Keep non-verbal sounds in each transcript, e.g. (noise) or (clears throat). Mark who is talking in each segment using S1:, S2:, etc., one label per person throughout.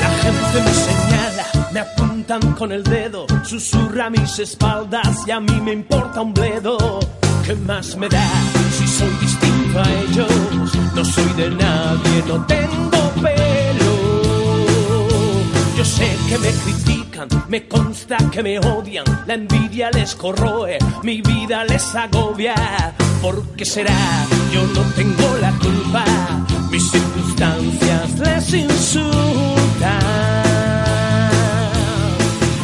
S1: La gente me señala, me apuntan con el dedo, susurra a mis espaldas y a mí me importa un bledo. ¿Qué más me da si soy distinto a ellos? No soy de nadie, no tengo pelo. Yo sé que me critican, me consta que me odian, la envidia les corroe, mi vida les agobia. ¿Por qué será? Yo no tengo la culpa, mis circunstancias les insultan.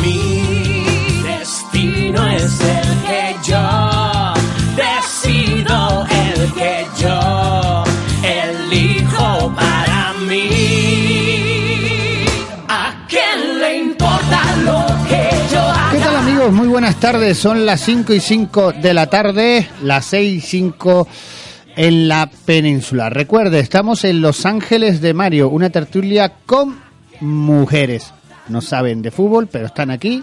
S1: Mi destino es el que yo decido, el que yo elijo para mí. ¿A quién le importa lo que yo haga?
S2: ¿Qué tal amigos? Muy buenas tardes, son las 5 y 5 de la tarde, las 6 y 5 en la península. Recuerde, estamos en Los Ángeles de Mario, una tertulia con mujeres. No saben de fútbol, pero están aquí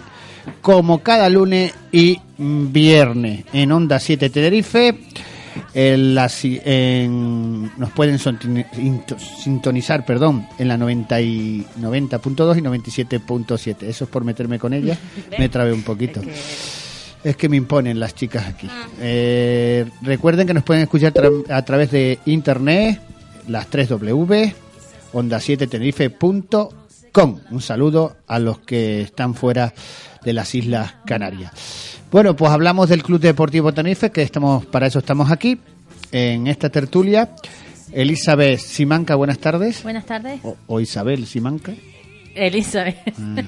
S2: como cada lunes y viernes en Onda 7 Tenerife. En la si- en- nos pueden sonti- into- sintonizar perdón, en la 90 y- 90.2 y 97.7. Eso es por meterme con ella. Me trabé un poquito. Es que me imponen las chicas aquí. Eh, recuerden que nos pueden escuchar tra- a través de internet, las 3 W, onda7tenerife.com. Un saludo a los que están fuera de las Islas Canarias. Bueno, pues hablamos del Club Deportivo Tenerife, que estamos para eso estamos aquí, en esta tertulia. Elizabeth Simanca, buenas tardes.
S3: Buenas tardes,
S2: O, o Isabel Simanca.
S3: Elizabeth.
S2: Mm.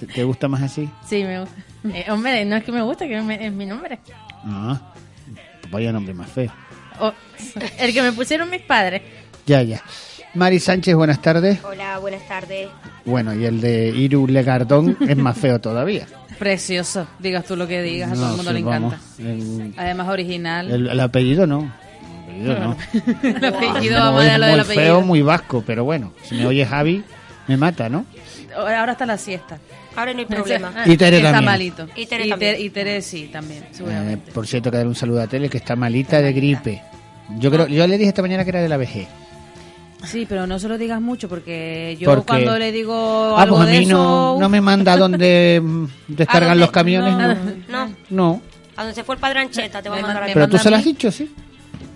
S2: ¿Te, te gusta más así?
S3: (laughs) Sí, me gusta. Eh, hombre, no es que me gusta, que me- es mi nombre.
S2: Ah, vaya nombre más feo.
S3: O- el que me pusieron mis padres.
S2: Ya, ya. Mari Sánchez, buenas tardes.
S4: Hola, buenas tardes.
S2: Bueno, y el de Iru
S5: (laughs)
S2: Legardón es más feo todavía.
S5: Precioso, digas tú lo que digas, a todo
S2: No,
S5: el mundo
S2: sí,
S5: le encanta.
S2: vamos, el,
S5: Además, original.
S2: el- el apellido no. El apellido no.
S5: (laughs) El apellido,
S2: No,
S5: (laughs) vamos a
S2: es
S5: dejarlo
S2: muy
S5: del
S2: feo,
S5: apellido.
S2: muy vasco, pero bueno, si me oye Javi, me mata, ¿no?
S5: Ahora está la siesta.
S4: Ahora no
S5: (laughs)
S4: hay problema.
S2: Y Tere
S5: está
S2: también.
S5: malito.
S4: Y Tere
S5: y,
S4: también.
S5: y Tere sí, también,
S2: Eh,
S5: seguramente.
S2: por cierto, que darle un saludo a Tele, que está malita de gripe. Yo creo, yo le dije esta mañana que era de la vejez. Ah,
S5: Sí, pero no se lo digas mucho porque yo
S2: Porque-
S5: cuando le digo algo
S2: Vamos, pues a
S5: de
S2: mí
S5: eso...
S2: no, no me manda donde
S5: (laughs)
S2: mm, descargan
S4: ¿A dónde?
S2: los camiones. No.
S4: No,
S2: No.
S4: a donde se fue el padre Ancheta te va a
S5: Me
S4: mandar
S5: man-
S4: a
S5: me
S2: Pero tú
S5: manda
S2: se
S5: a
S2: lo
S5: mí.
S2: has dicho, ¿sí?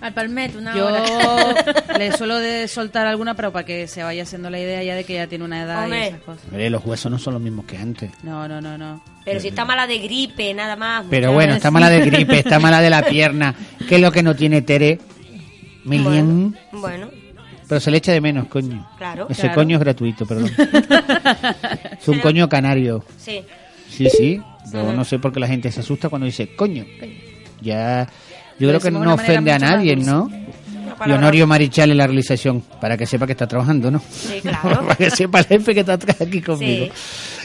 S3: Al palmet, una hora.
S5: Yo (laughs) le suelo de soltar alguna, pero para que se vaya haciendo la idea ya de que ya tiene una edad
S4: Hombre.
S5: y esas cosas.
S2: Hombre, Eh, los huesos no son los mismos que antes.
S5: No, no, no, no.
S4: Pero si está mala de gripe, nada más.
S2: Pero
S4: muchacho.
S2: bueno, está
S5: (laughs)
S2: mala de gripe, está mala
S4: (laughs)
S2: de la pierna. ¿Qué es lo que no tiene Tere? Millán.
S4: Bueno,
S2: Pero se le echa de menos, coño.
S4: Claro,
S2: Ese
S5: claro.
S2: coño es
S5: (laughs)
S2: gratuito, perdón. es un coño canario.
S4: sí.
S2: Sí, sí. Yo no sé por qué la gente se asusta cuando dice coño.
S4: Pues
S2: Ya. Yo creo que
S5: decimos de
S2: no
S5: una manera
S2: ofende a
S5: mucho más
S2: nadie,
S5: dulce.
S2: ¿no?
S4: Una
S2: Y
S4: palabra-
S2: Honorio Marichal en la realización, para que sepa que está trabajando, ¿no? (laughs)
S4: Sí, claro.
S2: para que sepa el jefe que está atrás aquí conmigo.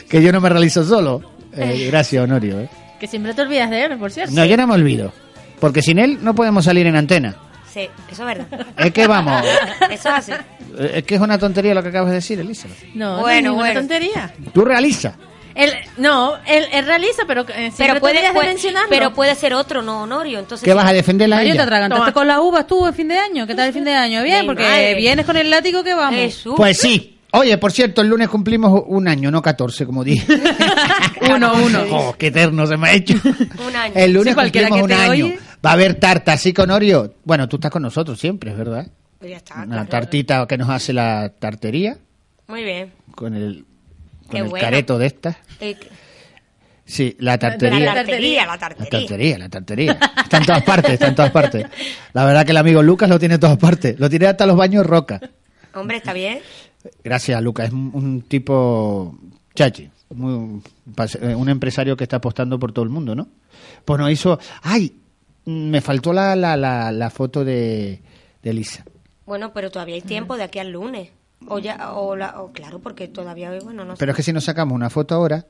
S2: Que yo no me realizo solo.
S4: (laughs)
S2: Eh, gracias, Honorio. ¿eh?
S3: Que siempre te olvidas de él, por cierto.
S2: No, yo no me olvido. Porque sin él no podemos salir en antena.
S4: Sí, eso es verdad.
S2: Es que vamos.
S4: (laughs)
S2: (laughs)
S4: Eso es así.
S2: Es que es una tontería lo que acabas de decir, Elizabeth.
S3: No,
S4: Bueno,
S3: no es ninguna
S4: bueno.
S3: tontería.
S2: Tú realizas.
S3: Él, no, él, él realiza, pero eh, siempre
S4: Pero
S3: puedes
S4: puede,
S3: te olvidas de
S4: puede-
S3: mencionarlo.
S4: pero puede ser otro, no Honorio. Entonces,
S2: ¿Qué vas a defenderla a
S5: Mario, te
S2: ella?
S5: atragantaste
S3: Toma.
S5: con las uvas tú el fin de año. ¿Qué tal el fin de año? Bien,
S4: Mi
S5: porque
S4: madre.
S5: vienes con el látigo que vamos.
S4: Jesús.
S2: Pues sí. Oye, por cierto, el lunes cumplimos un año, no 14, como dije. uno, uno. (laughs) Oh, qué eterno se me ha hecho.
S4: Un año.
S2: El lunes
S5: Sí, cualquiera
S2: cumplimos un
S5: que te
S2: año.
S5: oye.
S2: Va a haber tarta, así con Orio. Bueno, tú estás con nosotros siempre, es verdad.
S4: Pues ya
S5: Ah,
S4: está,
S2: Una
S4: claro.
S2: tartita que nos hace la tartería
S4: Muy bien.
S2: con el, con
S4: Qué
S2: el
S4: bueno.
S2: careto de estas.
S4: Eh,
S2: Sí, la
S4: La
S2: tartería.
S4: tartería, la
S2: La
S4: tartería.
S2: tartería, la tartería. Está en todas partes, está en todas partes. La verdad que el amigo Lucas lo tiene en todas partes. Lo tiene hasta los baños roca.
S4: Hombre, está bien.
S2: Gracias, Lucas. Es un- un tipo chachi. Muy, un pas- eh, un empresario que está apostando por todo el mundo, ¿no? Pues nos hizo... ¡Ay! Me faltó la, la, la, la foto de, de Lisa.
S4: Bueno, pero todavía hay tiempo de aquí al lunes. O ya, o, la- o claro, porque todavía, hoy, bueno, no sé.
S2: Pero es que si nos sacamos una foto ahora...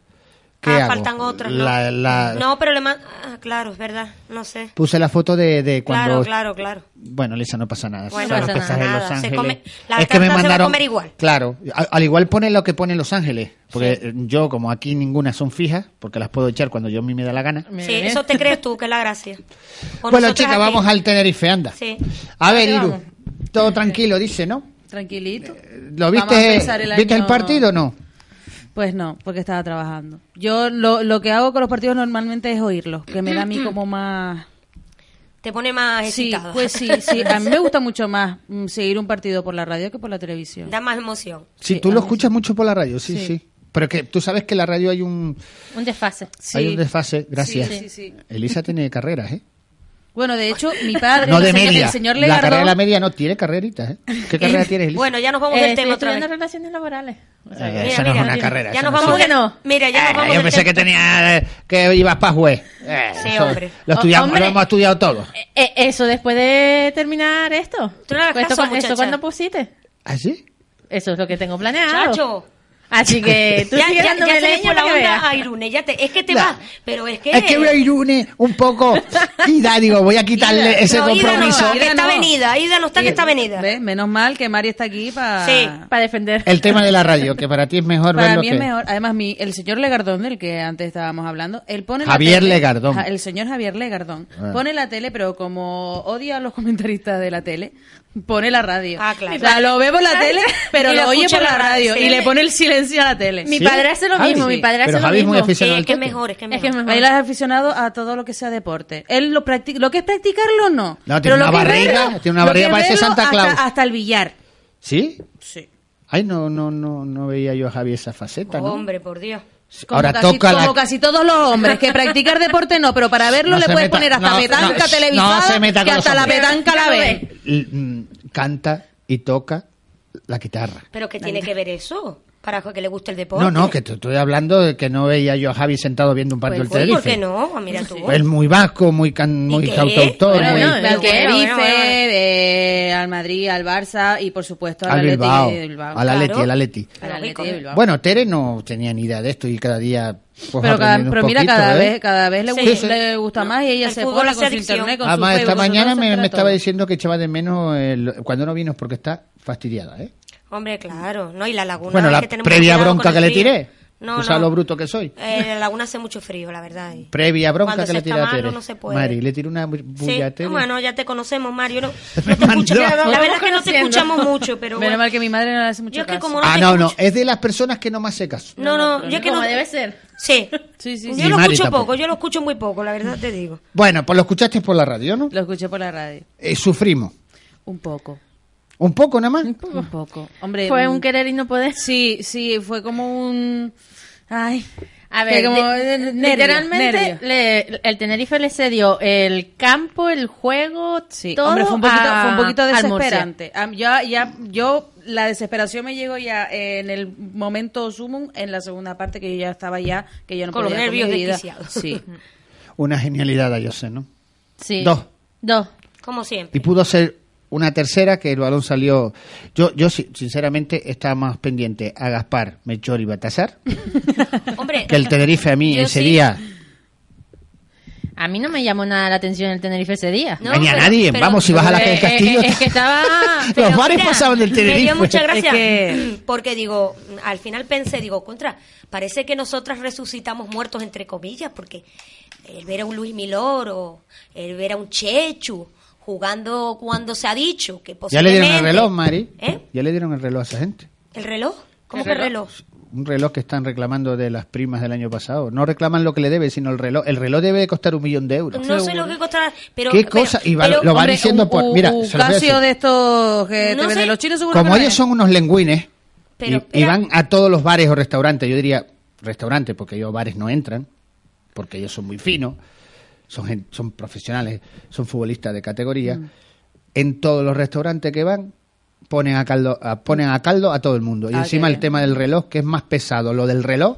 S2: ¿qué
S4: ah,
S2: hago?
S4: faltan otras, ¿no?
S2: La- la-
S4: No, pero le man- ah, claro, es verdad, no sé.
S2: Puse la foto de, de cuando...
S4: Claro, claro, claro.
S2: Bueno, Lisa, no pasa nada.
S4: Bueno,
S2: Son los
S3: pasa
S2: paisajes de
S4: nada.
S2: Los
S4: Se
S2: Ángeles.
S4: come- la
S2: es
S4: tarta
S2: que me
S4: se va a
S2: mandaron.
S4: comer igual.
S2: Claro. A- Al, igual pone lo que pone Los Ángeles. Porque eh, yo, como aquí ninguna son fijas, porque las puedo echar cuando yo a mí me da la gana.
S3: Mira,
S4: Sí,
S5: ¿eh?
S3: mira.
S4: eso te crees tú, que es la
S2: (laughs)
S4: gracia. O
S2: bueno,
S4: nosotras
S2: chicas,
S4: aquí.
S2: vamos al Tenerife, anda.
S4: Sí.
S2: A ver, Iru.
S3: vamos.
S2: Todo tranquilo, dice, ¿no?
S5: Tranquilito. Vamos
S2: ¿Lo
S5: a
S2: viste,
S5: empezar
S2: el, ¿viste el
S5: año-
S2: partido o no?
S5: Pues no, porque estaba trabajando. Yo lo, lo que hago con los partidos normalmente es oírlos, que me da a mí como más...
S4: Te pone más
S5: Sí,
S4: excitada.
S5: pues sí, sí. A
S4: (laughs)
S5: mí me gusta mucho más mm, seguir un partido por la radio que por la televisión.
S4: Da más emoción.
S2: Sí,
S5: Sí,
S2: tú lo
S5: vamos.
S2: escuchas mucho por la radio, sí, sí.
S5: Sí.
S2: Pero que tú sabes que la radio hay un,
S3: Un desfase.
S5: Sí.
S2: hay un desfase. Gracias.
S5: Sí, sí, sí.
S2: Elisa tiene carreras, ¿eh?
S5: Bueno, de hecho, mi padre...
S2: No
S5: el
S2: de
S5: señor-
S2: media.
S5: El señor
S2: la carrera de
S5: Legardón-
S2: la media no tiene carreritas, ¿eh?
S4: (laughs)
S2: ¿Qué carrera tienes, Elisa?
S4: Bueno, ya nos vamos
S3: Eh,
S4: del
S3: estoy
S4: tema otra
S3: estudiando
S4: vez.
S3: relaciones laborales. O sea,
S2: Eh,
S4: Mira,
S2: esa no
S4: mira,
S2: es una
S4: mira.
S2: carrera.
S4: Ya
S2: esa
S4: nos
S2: no es-
S4: vamos.
S3: ¿Cómo que no?
S4: Mira, ya nos
S2: Ah,
S4: vamos
S2: yo
S4: del
S2: pensé
S4: tema.
S2: que tenía eh, que ibas para juez. Eh,
S4: Sí,
S2: eso
S4: hombre.
S2: Lo,
S3: Oh,
S2: estudiamos,
S3: hombre.
S2: lo hemos estudiado todo.
S3: eh, eh, eso después de terminar esto.
S4: Tú no hagas
S3: Pues esto,
S4: caso,
S3: cu-
S4: muchacha.
S3: ¿Eso cuándo pusiste?
S2: ¿Ah, sí?
S3: Eso es lo que tengo planeado.
S4: Chacho.
S3: Así que tú
S4: Ya,
S3: sigues
S4: ya,
S3: dándome
S4: ya se le
S3: leña
S4: fue la
S3: para que veas.
S4: onda a Irune. Ya te, es que te
S2: No.
S4: vas. Pero es que.
S2: Es que voy a ir une un poco y da, digo, voy a quitarle
S5: Ida.
S2: ese
S4: no, Ida no
S2: compromiso.
S4: está, que
S5: Ida
S4: está
S5: no.
S4: venida. Ida no está, que está venida.
S5: ¿Ves? Menos mal que Mari está aquí para...
S4: Sí.
S3: Para defender.
S2: El tema de la radio, que para ti es mejor
S5: Para
S2: verlo
S5: mí
S2: que...
S5: es mejor. Además, mi, el señor Legardón, del que antes estábamos hablando, él pone en la
S2: Javier
S5: tele-
S2: Legardón.
S5: Ja- El señor Javier Legardón.
S2: Ah.
S5: Pone la tele, pero como odia a los (laughs) comentaristas de la tele, pone la radio.
S4: Ah, claro.
S5: O sea, lo ve por la
S4: (laughs)
S5: tele, pero
S4: Y
S5: lo
S4: lo
S5: oye
S4: escucha
S5: por la
S4: en la
S5: radio.
S4: radio,
S5: Y
S4: sí.
S5: le pone el silencio a la tele.
S3: Mi
S2: ¿Sí?
S3: padre hace lo
S2: Javi,
S3: mismo,
S2: sí.
S3: mi padre hace
S2: Pero
S3: lo
S2: Javi es
S3: mismo.
S2: muy
S4: Sí,
S2: aficionado al
S4: es que es
S2: toque.
S4: mejor, es que es
S3: Es que
S4: mejor.
S3: es mejor.
S5: Él es aficionado a todo lo que sea deporte. Él lo practica, lo que es practicarlo no.
S2: No, tiene
S5: Pero
S2: una
S5: lo que es
S2: barriga,
S5: verlo-
S2: tiene
S5: lo
S2: una
S5: que
S2: barriga,
S5: es
S2: parece
S5: verlo
S2: Santa
S5: hasta-
S2: Claus.
S5: Hasta el billar.
S2: ¿Sí?
S5: Sí.
S2: Ay, no, no, no, no veía yo a Javi esa faceta, ¿no?
S4: Hombre, por Dios.
S5: Como
S2: Ahora
S5: casi,
S2: toca
S5: como
S2: la-
S5: casi todos los hombres, que practicar deporte no, pero para verlo
S2: No
S5: le
S2: se
S5: puedes
S2: meta-
S5: poner hasta
S2: no,
S5: petanca
S2: no,
S5: televisada,
S2: no se meta
S5: que
S2: con los
S5: hasta la
S2: hombres.
S5: petanca la
S3: Ya lo
S5: ve.
S2: L- mm, Canta y toca la guitarra.
S4: Pero ¿qué tiene que ver eso? Para que le guste el deporte.
S2: No, no, que te estoy hablando de que no veía yo a Javi sentado viendo un partido del
S4: Pues,
S2: Tenerife.
S4: ¿Por qué no? Mira tú.
S2: Es muy vasco, muy, can, muy
S4: qué?
S2: cantautor,
S3: Bueno,
S2: muy...
S3: bueno,
S5: Al
S3: Bueno,
S5: Tenerife,
S4: bueno, bueno.
S5: eh, al Madrid, al Barça y por supuesto al,
S2: al
S5: Atlético
S2: Bilbao,
S5: de Bilbao.
S2: al Atleti,
S4: claro.
S2: al Atleti.
S5: Al Atleti de Bilbao.
S2: Bueno, Tere no tenía ni idea de esto y cada día... pues,
S5: pero, cada-
S2: aprendiendo un
S5: pero mira,
S2: poquito,
S5: cada
S2: ¿eh?
S5: vez, cada vez le,
S4: Sí.
S5: gusta, le gusta
S4: No,
S5: más y ella
S4: el
S5: se
S4: fútbol
S5: pone
S4: hace
S5: con su
S4: adicción.
S5: internet, con
S2: Además,
S5: su
S2: Ah, esta
S5: Facebook, con su
S2: mañana
S5: todo,
S2: me,
S5: etcétera,
S2: me estaba
S5: todo.
S2: diciendo que echaba de menos el- cuando no vino porque está fastidiada, ¿eh?
S4: Hombre, claro. No, y la laguna.
S2: Bueno,
S4: es
S2: la
S4: que tenemos
S2: previa
S4: cuidado con
S2: bronca
S4: el
S2: que le
S4: frío.
S2: tiré.
S4: No,
S2: Tú sabes
S4: no.
S2: lo bruto que soy.
S4: Eh, la laguna hace mucho frío, la verdad. y-
S2: Previa bronca
S4: Cuando
S2: que
S4: se
S2: le
S4: está
S2: tiré a
S4: malo,
S2: Tere.
S4: no se puede.
S2: Mari, le tiré una bu-
S4: Sí,
S2: bulla a Tere.
S4: bueno, ya te conocemos, Mario. No,
S2: (laughs) Me
S4: no te escucha-
S2: mandó.
S4: la verdad
S3: Vamos
S4: es que no te
S3: conociendo.
S4: escuchamos mucho, pero
S5: Menos
S4: bueno.
S5: mal que mi madre no le hace mucho
S4: Yo es que
S5: caso.
S4: como no
S2: ah,
S4: te
S2: no, no.
S4: escucho-
S2: Es de las personas que no más se caso.
S4: No, no, yo es que
S3: Como
S4: no...
S3: debe ser.
S4: Sí.
S5: Sí, sí,
S4: Yo
S5: sí.
S2: Y
S4: lo
S2: Mari
S4: escucho
S2: tampoco.
S4: poco, yo lo escucho muy poco, la verdad te digo.
S2: Bueno, pues lo escuchaste por la radio, ¿no?
S5: Lo escuché por la radio.
S2: Eh, sufrimos.
S5: Un poco,
S2: Un poco nada más.
S5: un poco. Hombre,
S3: Fue
S5: mm,
S3: un querer y no poder.
S5: Sí, sí, fue como un... Ay,
S3: A ver,
S5: que como-
S3: li-
S5: nervio, nervio.
S3: literalmente le- el Tenerife le cedió el campo, el juego,
S5: Sí,
S3: todo
S5: hombre, fue un poquito,
S3: a-
S5: fue un poquito
S3: al Murcia.
S5: desesperante. Am- Ya, ya, yo, la desesperación me llegó ya eh, en el momento sumum, en la segunda parte, que yo ya estaba ya, que yo no
S4: Con los
S5: podía
S4: nervios
S5: mi vida.
S4: desquiciados.
S5: Sí.
S2: Una genialidad, yo sé, ¿no?
S3: Sí.
S2: Dos.
S3: Dos.
S4: Como siempre.
S2: Y pudo ser una tercera que el balón salió. Yo, yo si- sinceramente, estaba más pendiente a Gaspar, Melchor y Batazar
S4: Hombre,
S2: que el Tenerife a mí
S4: Yo
S2: ese
S4: sí.
S2: día.
S3: A mí no me llamó nada la atención el Tenerife ese día.
S4: No,
S2: venía
S4: pero-
S2: nadie.
S4: pero-
S2: Vamos, si vas a la
S3: Eh,
S2: calle del
S3: eh,
S2: Castillo.
S3: eh, es que estaba-
S2: Los
S4: Pero
S2: bares
S4: mira,
S2: pasaban del
S4: Me
S2: Tenerife.
S4: dio mucha gracia
S5: que-
S4: porque digo, al final pensé, digo, contra, parece que nosotras resucitamos muertos entre comillas, porque el ver a un Luis Miloro, el ver a un Chechu jugando cuando se ha dicho que
S2: Ya le dieron el
S4: posiblemente-
S2: reloj, Mari.
S4: Pues ¿Eh?
S2: Ya le dieron el reloj a esa gente.
S4: ¿El reloj? ¿Cómo que reloj?
S2: Un reloj que están reclamando de las primas del año pasado. No reclaman lo que le debe, sino el reloj. El reloj debe de costar un millón de euros.
S4: (laughs) No sé lo que costará, pero...
S2: ¿Qué
S4: pero-
S2: cosa? Y va-
S4: pero-
S2: lo van
S5: Hombre,
S2: diciendo
S5: un-
S2: por-
S5: un-
S2: mira,
S5: un
S2: se los voy a
S5: Casio
S2: decir.
S5: de estos que
S4: No
S5: te
S4: sé.
S5: venden los chinos, seguro
S2: Como
S5: que
S2: ellos
S5: no
S2: son unos lengüines
S4: Pero
S2: y, y
S4: espera.
S2: van a todos los bares o restaurantes, yo diría restaurante porque ellos a bares no entran, porque ellos son muy finos, son, gen- son profesionales, son futbolistas de categoría,
S4: Mm.
S2: en todos los restaurantes que van ponen a caldo a, ponen a caldo a todo el mundo. Y
S5: Ah,
S2: encima
S5: qué
S2: el
S5: bien.
S2: tema del reloj, que es más pesado lo del reloj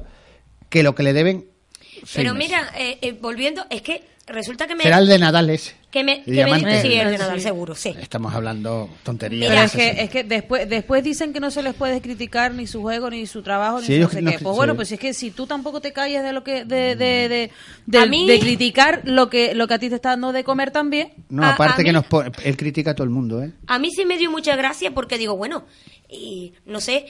S2: que lo que le deben. seis
S4: Pero
S2: meses.
S4: mira, eh, eh, volviendo, es que resulta que me...
S2: Será el de Nadal ese.
S4: que me, que me-
S2: diamante.
S4: sí, el de
S5: Eh, Sí.
S4: Nadal, seguro, sí.
S2: Estamos hablando tonterías.
S5: Pero
S4: Mira. eh,
S5: es que, es que después, después dicen que no se les puede criticar ni su juego, ni su trabajo, ni su
S2: Sí,
S5: no
S2: ellos
S5: sé
S2: no-
S5: qué. Pues bueno,
S2: sí.
S5: pues es que si tú tampoco te callas de lo que, de, de, de,
S2: Mm.
S5: de-
S4: A mí-
S5: de criticar lo que, lo que a ti te está dando de comer también.
S2: No,
S4: A-
S2: aparte
S4: a
S2: que
S4: mí-
S2: nos pone, él critica a todo el mundo, ¿eh?
S4: A mí sí me dio mucha gracia porque digo, bueno, y no sé,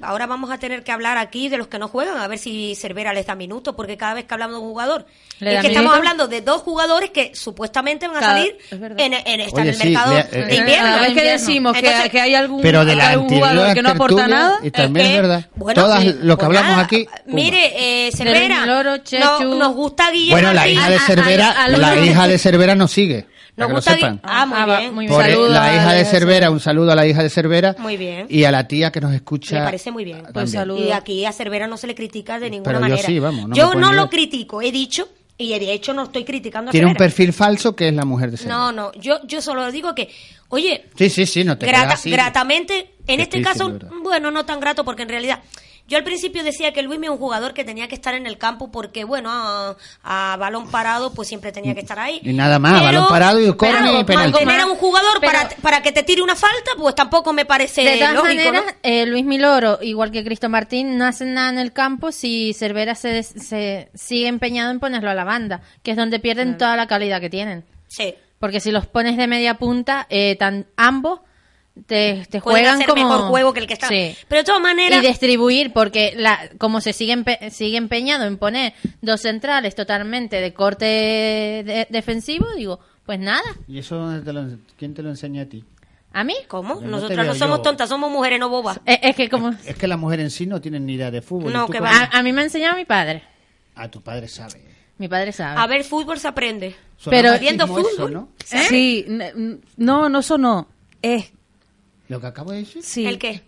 S4: ahora vamos a tener que hablar aquí de los que no juegan, a ver si Cervera les da minutos, porque cada vez que hablamos de un jugador,
S3: ¿Le
S4: es
S3: da
S4: que estamos
S3: minutos?
S4: hablando de dos jugadores que supuestamente van a
S5: Cada-
S4: salir
S5: es verdad.
S4: en, en- están
S2: Oye,
S4: en el
S2: sí,
S4: mercado
S2: le- eh,
S4: de invierno.
S5: Cada vez que
S3: Invierno.
S5: decimos que- que,
S4: Entonces-
S5: hay algún,
S2: Pero de la
S5: algún
S2: anterior
S5: jugador que no aporta
S2: tertulia, eh,
S5: nada.
S2: y también es verdad.
S4: bueno,
S2: Todas
S4: sí,
S2: lo que
S4: pues
S2: hablamos
S4: nada,
S2: aquí,
S4: Mire, eh, Cervera,
S3: Loro,
S4: no-
S3: Chechu.
S4: nos gusta Guillermo.
S2: Bueno, la
S4: Ortiz.
S2: hija de
S3: a- a-
S2: Cervera,
S3: a- a-
S2: la
S3: a-
S2: hija de Cervera nos sigue. para
S4: Nos
S2: que lo
S4: gusta Gui-
S2: sepan.
S4: Ah, muy
S3: Ah, va,
S4: bien.
S3: muy bien.
S2: Por
S5: Saludo
S2: el- la
S5: a
S2: hija
S5: la
S2: de
S5: hija de
S2: Cervera, un saludo a la hija de Cervera.
S4: Muy bien.
S2: Y a la tía que nos escucha.
S4: Me parece muy bien.
S2: también.
S5: Pues salud.
S4: Y aquí a Cervera no se le critica de ninguna
S2: Pero yo
S4: manera.
S2: sí, vamos, no me
S4: Yo
S2: puedo
S4: no
S2: ni
S4: lo
S2: ver.
S4: critico, he dicho, y de hecho no estoy criticando a
S2: Tiene un
S4: Cervera.
S2: perfil falso que es la mujer de Cervera.
S4: No, no, yo, yo solo digo que, oye,
S2: Sí, sí, sí, no te
S4: grata-
S2: creas así.
S4: gratamente, en
S2: Te
S4: este
S2: estoy
S4: caso,
S2: diciendo la verdad.
S4: bueno, no tan grato porque en realidad... Yo al principio decía que Luis es un jugador que tenía que estar en el campo porque, bueno, a, a balón parado pues siempre tenía que estar ahí.
S2: Y nada más, balón parado y corner y penalti.
S4: Mantener a un jugador
S3: Pero-
S4: para, para que te tire una falta pues tampoco me parece
S3: De todas
S4: lógico, ¿no?
S3: maneras, eh, Luis Miloro, igual que Cristo Martín, no hacen nada en el campo si Cervera se, des- se sigue empeñado en ponerlo a la banda, que es donde pierden toda la calidad que tienen.
S4: Sí.
S3: Porque si los pones de media punta, eh, tan, ambos te, te
S4: Pueden
S3: juegan
S4: hacer
S3: como...
S4: mejor juego que el que está.
S3: Sí.
S4: Pero de todas maneras,
S3: Y distribuir, porque la, como se sigue, empe- sigue empeñado en poner dos centrales totalmente de corte de- defensivo, digo, pues nada,
S2: ¿Y eso dónde te lo- quién te lo enseña a ti?
S3: a mí.
S4: ¿cómo?
S2: Yo no te
S4: Nosotras
S2: veo
S4: no somos
S2: yo.
S4: tontas, somos mujeres no bobas.
S3: Eh, Es, que como...
S2: Es que la mujer en sí no tiene ni idea de fútbol.
S4: No,
S2: ¿Y tú
S4: que
S2: cómo-
S4: va.
S3: A, a mí me ha enseñado mi padre.
S2: Ah, tu padre sabe.
S3: Mi padre sabe.
S4: A ver, fútbol se aprende.
S2: Suena
S3: Pero-
S2: machismo
S4: Viendo
S2: eso,
S4: fútbol.
S2: ¿no?
S5: Sí, ¿Eh? n- no, no sonó. Es,
S2: Lo que acabo de decir.
S5: sí.
S4: ¿El qué?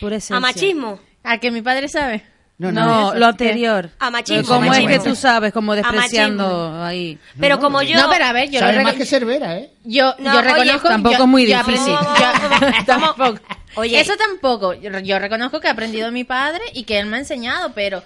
S5: Por esencia.
S4: A machismo.
S3: ¿A que mi padre sabe?
S5: No,
S2: no.
S5: lo anterior.
S4: A machismo,
S5: Pero ¿Cómo
S2: machismo.
S5: es que tú sabes? Como
S4: A
S5: despreciando
S4: machismo.
S5: ahí.
S4: Pero como yo...
S3: No, pero a ver, yo
S2: sabe
S3: lo
S2: más
S3: reco-
S2: que Cervera, ¿eh?
S3: Yo,
S4: No,
S3: yo
S4: oye,
S3: reconozco.
S5: tampoco
S3: yo-
S5: es muy
S3: yo
S5: difícil. (laughs)
S3: aprendí- yo- tampoco.
S4: Oye.
S3: Eso tampoco. Yo, yo reconozco que he aprendido de mi padre y que él me ha enseñado, pero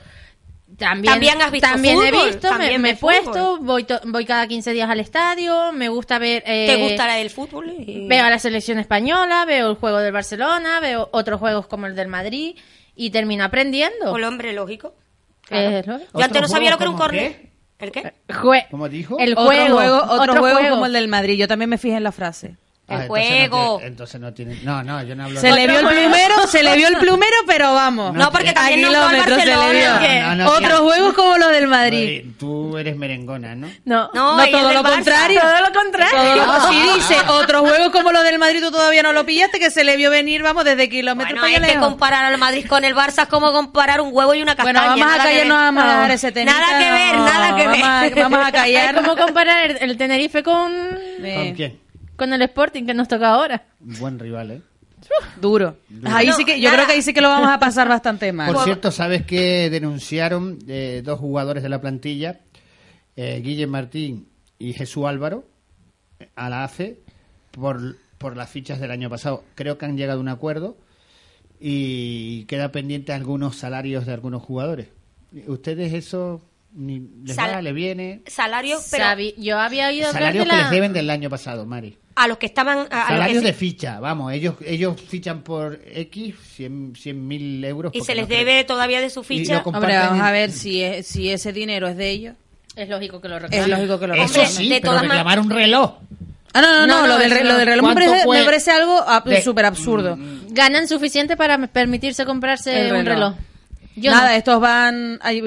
S3: también,
S4: También has visto
S3: también
S4: fútbol,
S3: he visto,
S4: también
S3: me, me he
S4: ves fútbol.
S3: puesto, voy, to- voy cada 15 días al estadio, me gusta ver... eh,
S4: ¿Te gusta la del fútbol? Y-
S3: Veo a la selección española, veo el juego del Barcelona, veo otros juegos como el del Madrid y termino aprendiendo.
S4: O el hombre, lógico.
S3: Eh, ¿no?
S4: Claro. Yo antes no
S2: ¿Otro
S4: sabía lo que era un
S2: juego como
S4: córner. ¿El qué?
S3: Jue-
S2: ¿Cómo dijo?
S3: El
S5: Otro
S3: juego,
S5: juego, otro, juego,
S3: juego.
S5: como el del Madrid. Yo también me fijé en la frase.
S4: El
S2: Ah, entonces no
S4: juego.
S2: tiene- entonces no tiene. No, no, yo no hablo
S5: Se
S2: de-
S5: le vio el plumero, se le vio el plumero, pero vamos.
S4: No, porque
S5: A
S4: también nos va al
S5: kilómetros se le
S4: Barcelona,
S5: vio.
S4: que-
S2: No, no, no,
S5: Otros
S2: sí.
S5: juegos como los del Madrid.
S2: Oye, Tú eres merengona, ¿no?
S3: No,
S4: No,
S5: No,
S4: y el
S5: todo
S4: del
S5: lo
S4: Barça.
S5: contrario.
S3: Todo lo contrario.
S5: Todo lo- si
S4: (laughs)
S5: dice otros juegos como los del Madrid, tú todavía no lo pillaste, que se le vio venir, vamos, desde kilómetros
S4: Bueno,
S5: para
S4: es
S5: allá
S4: que
S5: lejos.
S4: comparar al Madrid con el Barça es como comparar un huevo y una castaña.
S5: Bueno, vamos a
S4: nada que ver.
S5: callarnos, vamos a dejar
S4: No.
S5: ese tema.
S4: Nada que ver, nada que ver.
S3: (laughs)
S5: Vamos a,
S4: (laughs)
S5: vamos a
S3: Es
S5: callar.
S3: como comparar el, el Tenerife con,
S5: Eh,
S2: ¿Con quién?
S4: Ah.
S3: con el Sporting que nos toca ahora.
S2: Un buen rival, ¿eh?
S5: Duro. Ahí sí que, yo
S4: Ah, nada.
S5: creo que ahí sí que lo vamos a pasar bastante
S4: (laughs)
S5: mal.
S2: Por cierto, ¿sabes que denunciaron eh, dos jugadores de la plantilla, eh, Guille Martín y Jesús Álvaro, eh, a la AFE por, por las fichas del año pasado? Creo que han llegado a un acuerdo y queda pendiente algunos salarios de algunos jugadores. ¿Ustedes eso ni les
S4: Sal-
S2: va, le viene?
S4: Salario, pero
S3: Sabi- yo había oído hablar
S2: Salarios
S3: de
S2: que les
S3: la...
S2: deben del año pasado, Mari.
S4: a los que estaban... A, a los Ah, que
S2: Salarios
S4: sí-
S2: de ficha, vamos, ellos ellos fichan por X, 100 mil euros.
S4: Y
S2: porque
S4: se les
S2: no creo-
S4: debe todavía de su
S2: Y
S4: ficha.
S2: lo com-
S5: Hombre,
S2: comparten
S5: vamos a
S2: en-
S5: ver si, es- si ese dinero es de ellos.
S3: Es lógico que lo
S5: Es
S3: reclamen.
S5: lógico que lo
S4: eh, Hombre,
S2: Eso
S5: reclamen.
S2: sí,
S4: de
S2: pero
S4: todas man-
S2: reclamar un reloj.
S5: Ah, no, no, no,
S3: No, no,
S5: lo, del,
S3: eso
S5: re-
S3: no.
S5: lo del reloj me
S2: ¿Cuánto
S5: parece,
S2: fue?
S5: me parece algo ab-
S2: De- Mm.
S5: súper absurdo.
S3: Ganan suficiente para m- permitirse comprarse
S5: El reloj.
S3: un reloj. Yo
S5: Nada,
S3: no.
S5: estos van. ay,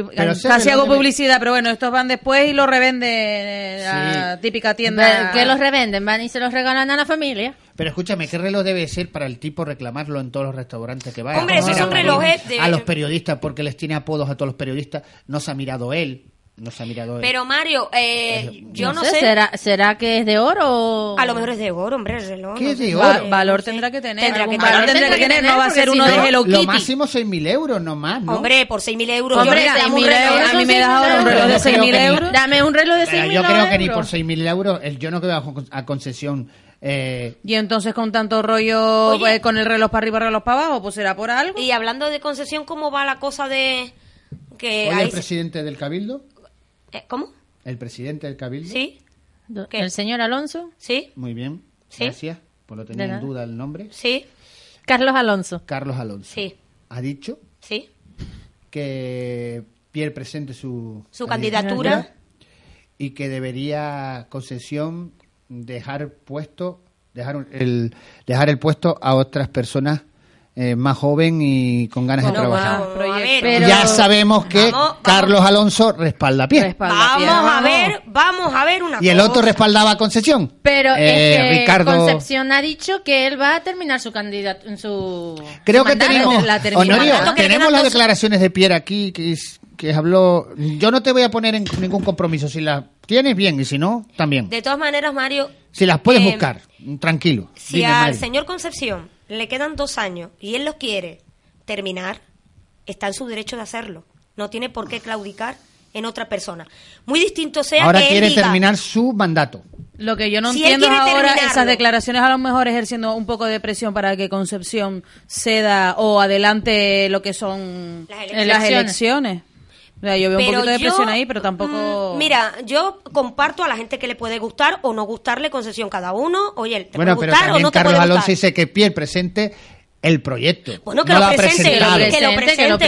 S5: casi
S2: ese reloj
S5: hago
S2: debe-
S5: publicidad, pero bueno, estos van después y los revenden a
S2: Sí.
S5: típica tienda.
S3: Que los revenden, van y se los regalan a la familia.
S2: Pero escúchame, ¿qué reloj debe ser para el tipo reclamarlo en todos los restaurantes que vaya?
S4: Hombre,
S2: Vamos a
S4: esos
S2: ver
S4: son
S2: a-
S4: relojes de-
S2: A los periodistas, porque les tiene apodos a todos los periodistas, no se ha mirado él. No se ha mirado.
S4: Pero Mario, eh, yo no, sé.
S3: ¿Será, ¿será que es de oro o...?
S4: A lo mejor es de oro, hombre, el reloj.
S2: ¿Qué
S4: no
S2: es
S4: sé.
S2: de
S5: Va-
S2: oro?
S5: valor tendrá que tener.
S4: Tendrá
S5: algún
S4: que-
S5: valor
S4: valor
S5: tendrá que tener. No va a
S3: porque
S5: ser
S3: si
S5: uno
S3: no-
S5: de Hello
S2: lo
S5: Kitty.
S2: máximo 6.000 euros nomás, ¿no?
S4: Hombre, por 6.000 euros.
S3: Hombre,
S4: yo me dame un
S3: 6.000
S4: reloj.
S3: euros,
S5: a mí me das ahora un
S2: Pero
S5: reloj de
S2: yo creo
S5: 6.000
S2: que ni-
S5: euros.
S3: Dame un reloj de
S2: Pero
S3: 6.000
S2: yo creo que ni por
S3: euros.
S2: 6.000 euros, el, yo no que bajo a concesión. Eh,
S5: Y entonces con tanto rollo
S4: Oye.
S5: eh, con el reloj para arriba, reloj para abajo, pues será por algo.
S4: Y hablando de concesión, ¿cómo va la cosa de que
S2: hoy el
S4: Eh, ahí se-
S2: presidente del Cabildo,
S4: eh, ¿Cómo?
S2: el presidente del Cabildo.
S4: ¿Sí? ¿Qué?
S3: ¿El señor Alonso?
S4: ¿Sí?
S2: Muy bien,
S4: Sí.
S2: gracias. Por lo tenía
S3: De
S2: en
S3: nada.
S2: duda el nombre.
S4: ¿Sí?
S3: Carlos Alonso.
S2: Carlos Alonso.
S4: Sí.
S2: Ha dicho
S4: ¿Sí?
S2: que Pierre presente su,
S4: Su candidatura.
S2: y que debería concesión dejar puesto dejar un- el dejar el puesto a otras personas eh, más joven y con ganas de
S4: Bueno,
S2: trabajar.
S4: vamos a
S5: Proyecto.
S4: ver.
S3: Pero-
S2: Ah. ya sabemos que
S4: Vamos, vamos.
S2: Carlos Alonso respalda a pie
S3: Respalda.
S4: Vamos a
S5: Vamos.
S4: ver, vamos a ver una
S2: y el
S4: cosa.
S2: otro respaldaba a concesión.
S3: Pero
S2: Eh,
S3: es que
S2: Ricardo
S3: Concepción ha dicho que él va a terminar su candidato, su
S2: Creo
S3: su
S2: que
S3: mandato.
S2: tenemos,
S5: la termina
S2: Honorio,
S4: mandando, que le
S2: tenemos
S4: quedan
S2: las
S4: dos-
S2: declaraciones de Pierre aquí que, es- que habló. Yo no te voy a poner en ningún compromiso. Si las tienes, bien, y si no, también.
S4: De todas maneras, Mario,
S2: Si las puedes
S4: eh,
S2: buscar, tranquilo.
S4: Si
S2: Dime,
S4: al
S2: Mari.
S4: señor Concepción le quedan dos años y él los quiere terminar, está en su derecho de hacerlo. No tiene por qué claudicar en otra persona. Muy distinto sea
S2: Ahora
S4: que él
S2: quiere
S4: diga,
S2: terminar su mandato.
S5: Lo que yo no
S4: Si él
S5: entiendo es
S4: quiere
S5: ahora
S4: terminarlo.
S5: esas declaraciones, a lo mejor ejerciendo un poco de presión para que Concepción ceda o adelante lo que son
S4: Las
S5: las
S4: elecciones.
S5: elecciones. O sea, yo veo un
S4: pero
S5: poquito de
S4: yo,
S5: presión ahí, pero tampoco.
S4: mm, Mira, yo comparto a la gente que le puede gustar o no gustarle concesión cada uno. Oye, te
S2: Bueno,
S4: puede gustar
S2: pero
S4: o
S2: también
S4: no te
S2: Carlos
S4: puede
S2: Alonso
S4: gustar.
S2: dice que Pierre presente el proyecto.
S4: Bueno, que
S2: no
S4: lo
S2: ha
S4: presente,
S2: presentado.
S4: que lo presente. que
S3: que
S4: lo
S3: lo
S4: pre-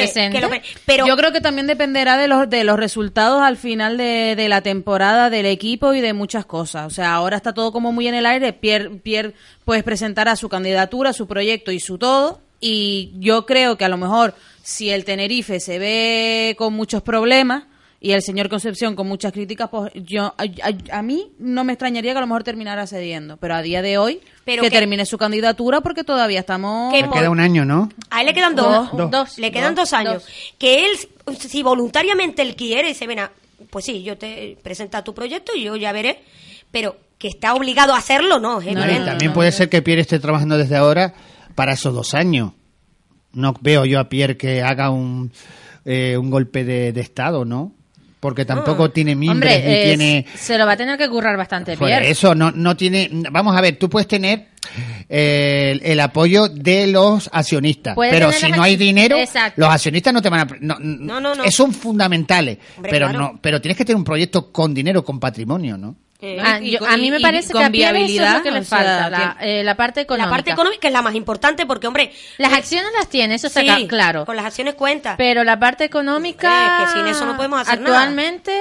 S3: presente.
S4: pero
S5: yo creo que también dependerá de los de los resultados al final de, de la temporada del equipo y de muchas cosas. O sea, ahora está todo como muy en el aire. Pierre, Pierre pues presentará su candidatura, su proyecto y su todo. Y yo creo que a lo mejor si el Tenerife se ve con muchos problemas y el señor Concepción con muchas críticas, pues yo a, a- a mí no me extrañaría que a lo mejor terminara cediendo. Pero a día de hoy
S4: Pero
S5: que,
S4: que-
S5: termine su candidatura porque todavía estamos
S4: Que
S2: Le queda un año, ¿no?
S4: A él le quedan dos.
S3: Dos, Dos. dos,
S4: le quedan dos,
S3: dos,
S4: años.
S3: dos.
S4: Que él, si voluntariamente él quiere, dice, ven, a- pues sí, yo te presenta tu proyecto y yo ya veré. Pero que está obligado a hacerlo, no, es
S2: Mari,
S4: evidente.
S2: también puede ser que Pierre esté trabajando desde ahora para esos dos años. No veo yo a Pierre que haga un, eh, un golpe de, de Estado, ¿no? Porque tampoco
S4: Ah,
S2: tiene mimbres
S3: Hombre,
S2: ni
S3: eh,
S2: tiene...
S3: se lo va a tener que currar bastante
S2: Por
S3: Pierre.
S2: eso no, no tiene. Vamos a ver, tú puedes tener eh, el, el apoyo de los accionistas,
S3: Puede
S2: pero
S3: tener
S2: si
S3: los
S2: no hay
S3: acci-
S2: dinero,
S3: Exacto.
S2: los accionistas no te van a. No,
S4: No, no, no.
S2: eh, Son fundamentales,
S4: Hombre,
S2: pero
S4: claro.
S2: no, pero tienes que tener un proyecto con dinero, con patrimonio, ¿no?
S4: Eh,
S3: Ah,
S5: Y-
S3: yo-
S5: y-
S3: a mí me
S5: y
S3: parece
S5: con
S3: que a Pierre eso es lo que
S5: viabilidad,
S3: le
S5: o sea,
S3: falta, la, eh, la parte económica.
S4: la parte económica es la más importante porque, hombre,
S3: Las
S4: eh,
S3: acciones las tiene, eso está
S4: sí,
S3: ca- claro.
S4: Con las acciones cuenta.
S3: Pero la parte económica...
S4: Eh, que sin eso no podemos hacer nada.
S3: Ah, actualmente,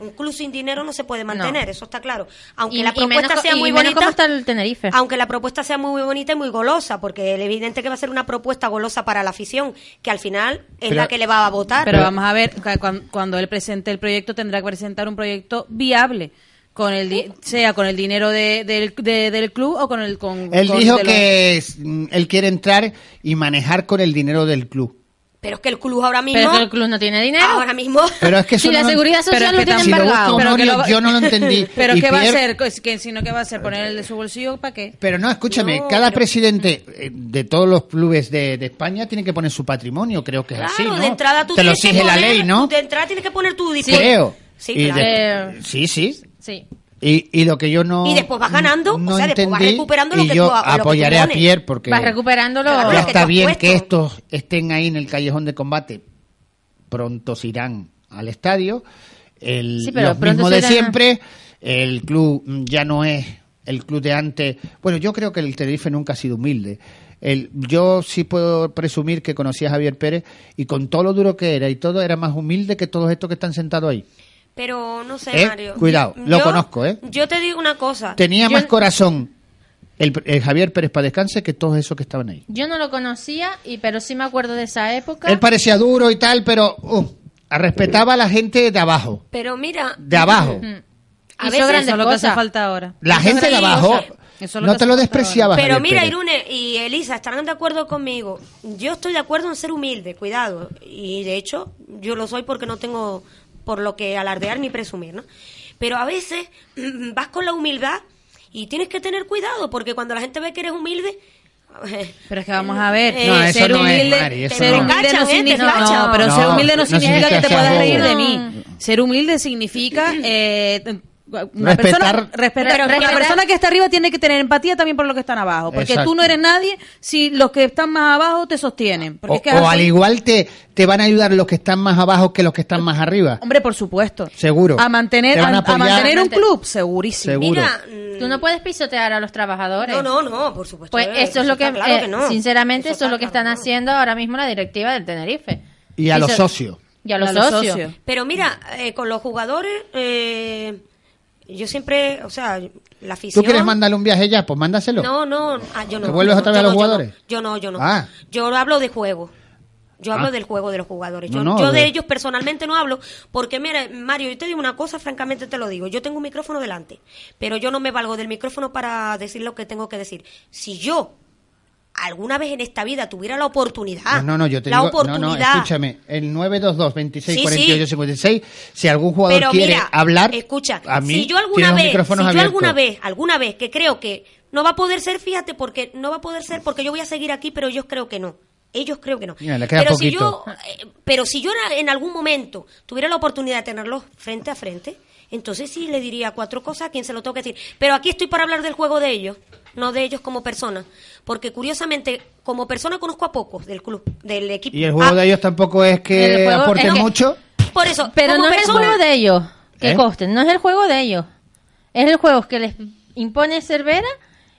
S4: Un club sin dinero no se puede mantener,
S3: No.
S4: eso está claro. Aunque
S3: Y-
S4: la
S3: y
S4: propuesta
S3: menos co-
S4: sea
S3: y
S4: muy
S3: menos
S4: bonita.
S3: cómo está el Tenerife.
S4: Aunque la propuesta sea muy bonita y muy golosa, porque es evidente que va a ser una propuesta golosa para la afición, que al final es
S2: Pero-
S4: la que le va a votar.
S5: Pero vamos a ver, ca- cuan- cuando él presente el proyecto tendrá que presentar un proyecto viable, con el di- sea con el dinero de- del, de- del club o con el... Con,
S2: Él
S5: con-
S2: dijo
S5: de los-
S2: que es- mm, él quiere entrar y manejar con el dinero del club.
S4: Pero es que el club ahora mismo.
S3: pero que el club no tiene dinero.
S4: Ahora mismo.
S5: (laughs)
S2: Pero es que
S3: si
S2: eso no
S3: la
S2: lo-
S3: seguridad
S5: pero
S3: social
S5: es
S3: lo
S5: que
S3: tiene
S5: tan-
S2: si lo busca
S3: embargado.
S5: Pero que
S2: Honorio,
S5: lo va-
S2: yo no lo
S4: (laughs)
S2: entendí.
S5: (laughs) Pero
S2: Y
S5: ¿qué va a
S2: Pierre-
S5: hacer? Es que si no, ¿qué va a hacer? ¿Poner el de su bolsillo para qué?
S2: Pero no, escúchame,
S4: No,
S2: cada
S4: pero-
S2: presidente eh, de todos los clubes de, de España tiene que poner su patrimonio, creo que es
S4: Claro,
S2: así, ¿no?
S4: de entrada tú
S2: Te lo
S4: tienes
S2: exige
S4: que
S2: la
S4: poner-
S2: ley, ¿no?
S4: tú De entrada tienes que poner tu discurso.
S2: Creo.
S4: Sí,
S2: Y
S4: claro.
S2: de- sí, sí.
S3: Eh, Sí.
S2: Y, y lo que yo no.
S4: Y después vas ganando,
S2: no
S4: o sea, después vas
S2: entendí,
S4: recuperando lo
S2: y
S4: que
S2: yo
S4: tú- lo que tú
S2: apoyaré a
S4: pones.
S2: Pierre porque
S3: Vas recuperándolo.
S4: Claro,
S2: ya
S4: lo que te
S2: está
S4: has
S2: bien
S4: puesto.
S2: que estos estén ahí en el callejón de combate. Pronto se irán al estadio. El,
S3: Sí, pero
S2: los
S3: pronto
S2: mismos
S3: se
S2: de
S3: irán a-
S2: siempre. El club mm, ya no es el club de antes. Bueno, yo creo que el Tenerife nunca ha sido humilde. El, yo sí puedo presumir que conocí a Javier Pérez y con todo lo duro que era y todo era más humilde que todos estos que están sentados ahí.
S4: Pero no sé,
S2: Eh,
S4: Mario.
S2: cuidado, lo conozco, ¿eh?
S4: Yo te digo una cosa.
S2: Tenía
S4: Yo-
S2: más corazón el, el Javier Pérez para descanse que todos esos que estaban ahí.
S3: Yo no lo conocía, y pero sí me acuerdo de esa época.
S2: Él parecía duro y tal, pero uh, respetaba a la gente de abajo.
S4: Pero mira.
S2: De abajo.
S4: A
S3: Hizo
S4: veces
S3: grandes
S5: Eso es lo que hace
S3: cosas.
S5: falta ahora.
S2: La gente de abajo
S5: Eso es lo
S2: no
S5: que
S2: te lo
S5: hace falta
S2: despreciaba.
S4: Pero
S2: Javier
S4: mira,
S2: Pérez.
S4: Irune y Elisa estarán de acuerdo conmigo. Yo estoy de acuerdo en ser humilde, cuidado. Y de hecho, yo lo soy porque no tengo por lo que alardear ni presumir, ¿no? Pero a veces (clears throat) vas con la humildad y tienes que tener cuidado porque cuando la gente ve que eres humilde
S5: Pero es que vamos a ver,
S4: No,
S5: eh,
S2: eso
S5: ser
S2: no es,
S5: humilde,
S2: Mari, eso
S5: ser
S2: no.
S5: humilde no
S4: Te
S5: significa,
S4: cachan, ¿eh?
S5: no, pero
S2: No,
S5: ser humilde no
S2: no
S5: significa
S2: significa
S5: que te
S2: que
S5: puedas
S2: seas
S5: reír de
S3: bobo.
S5: mí. Ser humilde (laughs) significa eh, una
S2: Respetar-
S5: persona, respetar,
S3: Pero
S5: porque la
S3: respetar-
S5: persona que está arriba tiene que tener empatía también por los que están abajo, porque
S2: Exacto.
S5: tú no eres nadie si los que están más abajo te sostienen. Porque
S2: O,
S5: es que es
S2: o
S5: así.
S2: al igual te, te van a ayudar los que están más abajo que los que están más arriba.
S5: Hombre, por supuesto.
S2: Seguro.
S5: A mantener,
S2: Te van a
S5: a, a
S2: apoyar.
S5: mantener un club, segurísimo.
S2: Seguro.
S4: Mira, mm,
S3: Tú no puedes pisotear a los trabajadores.
S4: no, no, no, por supuesto.
S3: Pues eso es lo que,
S4: está claro
S3: eh,
S4: no.
S3: sinceramente, eso, es
S4: está
S3: lo que están
S4: claro no.
S3: haciendo ahora mismo la directiva del Tenerife.
S2: Y a los
S3: Piso-
S2: socios.
S3: Y a
S4: (laughs)
S3: los,
S5: A los
S3: socios.
S5: socios.
S4: Pero mira, eh, con los jugadores, eh, yo siempre, o sea, la
S2: ¿Tú
S4: afición.
S2: quieres mandarle un viaje ya? Pues mándaselo.
S4: No, no, ah, yo no.
S2: ¿Te vuelves
S4: yo
S2: otra
S4: no,
S2: vez
S4: yo
S2: a los
S4: no, yo
S2: jugadores?
S4: no, Yo no, yo no.
S2: Ah.
S4: Yo hablo de juego. Yo hablo
S2: Ah.
S4: del juego de los jugadores.
S2: No,
S4: Yo,
S2: no,
S4: yo de
S2: de-
S4: ellos personalmente no hablo, porque mira, Mario, yo te digo una cosa, francamente te lo digo. Yo tengo un micrófono delante, pero yo no me valgo del micrófono para decir lo que tengo que decir. Si yo alguna vez en esta vida tuviera la oportunidad,
S2: No, no, no, yo
S4: ah,
S2: te
S4: la
S2: digo, no,
S4: oportunidad,
S2: no, escúchame, el 922 26 48 56, si algún jugador
S4: pero
S2: quiere
S4: mira,
S2: hablar,
S4: escucha,
S2: a mí
S4: si yo alguna
S2: tienes los
S4: vez, si
S2: micrófonos
S4: yo
S2: abiertos.
S4: alguna vez, alguna vez que creo que no va a poder ser, fíjate, porque no va a poder ser porque yo voy a seguir aquí, pero ellos creo que no. Ellos creo que no.
S2: Mira, le queda
S4: pero si yo
S2: poquito.
S4: eh, pero si yo era- en algún momento tuviera la oportunidad de tenerlos frente a frente, entonces sí le diría cuatro cosas a quien se lo tengo que decir. Pero aquí estoy para hablar del juego de ellos, no de ellos como personas, porque curiosamente como persona conozco a pocos del club, del equipo.
S2: Y el juego
S4: Ah,
S2: de ellos tampoco es que
S3: el juego-
S2: aporte
S3: es que-
S2: mucho.
S4: por eso,
S3: Pero
S4: como
S3: no es el
S4: persona-
S3: juego de ellos, que
S2: ¿Eh?
S3: costen, no es el juego de ellos. Es el juego que les impone Cervera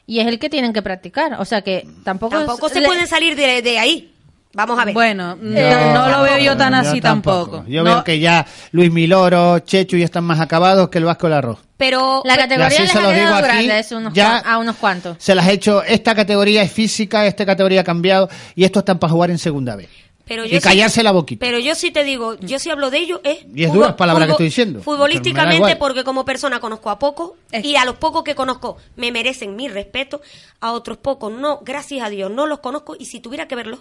S3: y es el que tienen que practicar. O sea que tampoco...
S4: Tampoco se
S3: le- Eh,
S4: pueden salir de, de ahí. Vamos a ver.
S5: Bueno, no,
S2: Yo
S5: no lo veo yo
S2: tampoco,
S5: tan así tampoco.
S2: Yo
S5: No,
S2: veo que ya Luis Miloro, Chechu ya están más acabados que el Vasco el Arroz.
S4: pero
S3: La categoría
S2: así
S3: les
S2: se
S3: ha
S2: los digo
S3: quedado
S2: aquí,
S3: grande es unos
S2: ya-
S3: cuan- a unos cuantos.
S2: Se las he hecho, esta categoría es física, esta categoría ha cambiado y estos están para jugar en segunda vez.
S4: pero
S2: y callarse la boquita.
S4: Pero yo sí te digo, yo sí hablo de ello. Es
S2: Y es
S4: fútbol-
S2: duras palabras que
S4: fútbol-
S2: estoy diciendo. Pero me da
S4: Futbolísticamente,
S2: igual.
S4: porque como persona conozco a pocos
S5: Es-
S4: y a los pocos que conozco me merecen mi respeto. A otros pocos, no, gracias a Dios, no los conozco y si tuviera que verlos,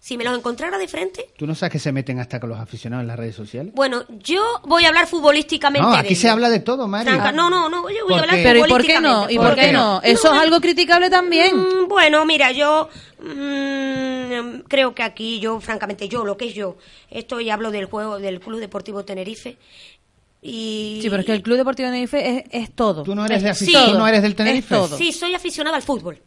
S4: si me los encontrara de frente,
S2: ¿Tú no sabes que se meten hasta con los aficionados en las redes sociales?
S4: bueno, yo voy a hablar futbolísticamente.
S2: No,
S4: de
S2: aquí se
S4: ello.
S2: habla de todo, Mari.
S4: Tranca- No, no, no, yo voy a
S2: Porque-
S4: hablar
S5: Pero ¿y por qué no? ¿Y por
S2: ¿Por
S5: qué
S2: qué
S5: no?
S2: no?
S5: Eso es
S4: No,
S5: algo criticable también.
S4: Mm, Bueno, mira, yo mm, creo que aquí yo, francamente, yo, lo que es yo, esto y hablo del juego del Club Deportivo Tenerife. Y
S5: Sí, pero es que el Club Deportivo Tenerife es, es todo.
S2: Tú no eres de
S4: Sí.
S2: afición, tú no eres del
S5: Es
S2: Tenerife.
S5: todo.
S4: Sí, soy aficionada al fútbol,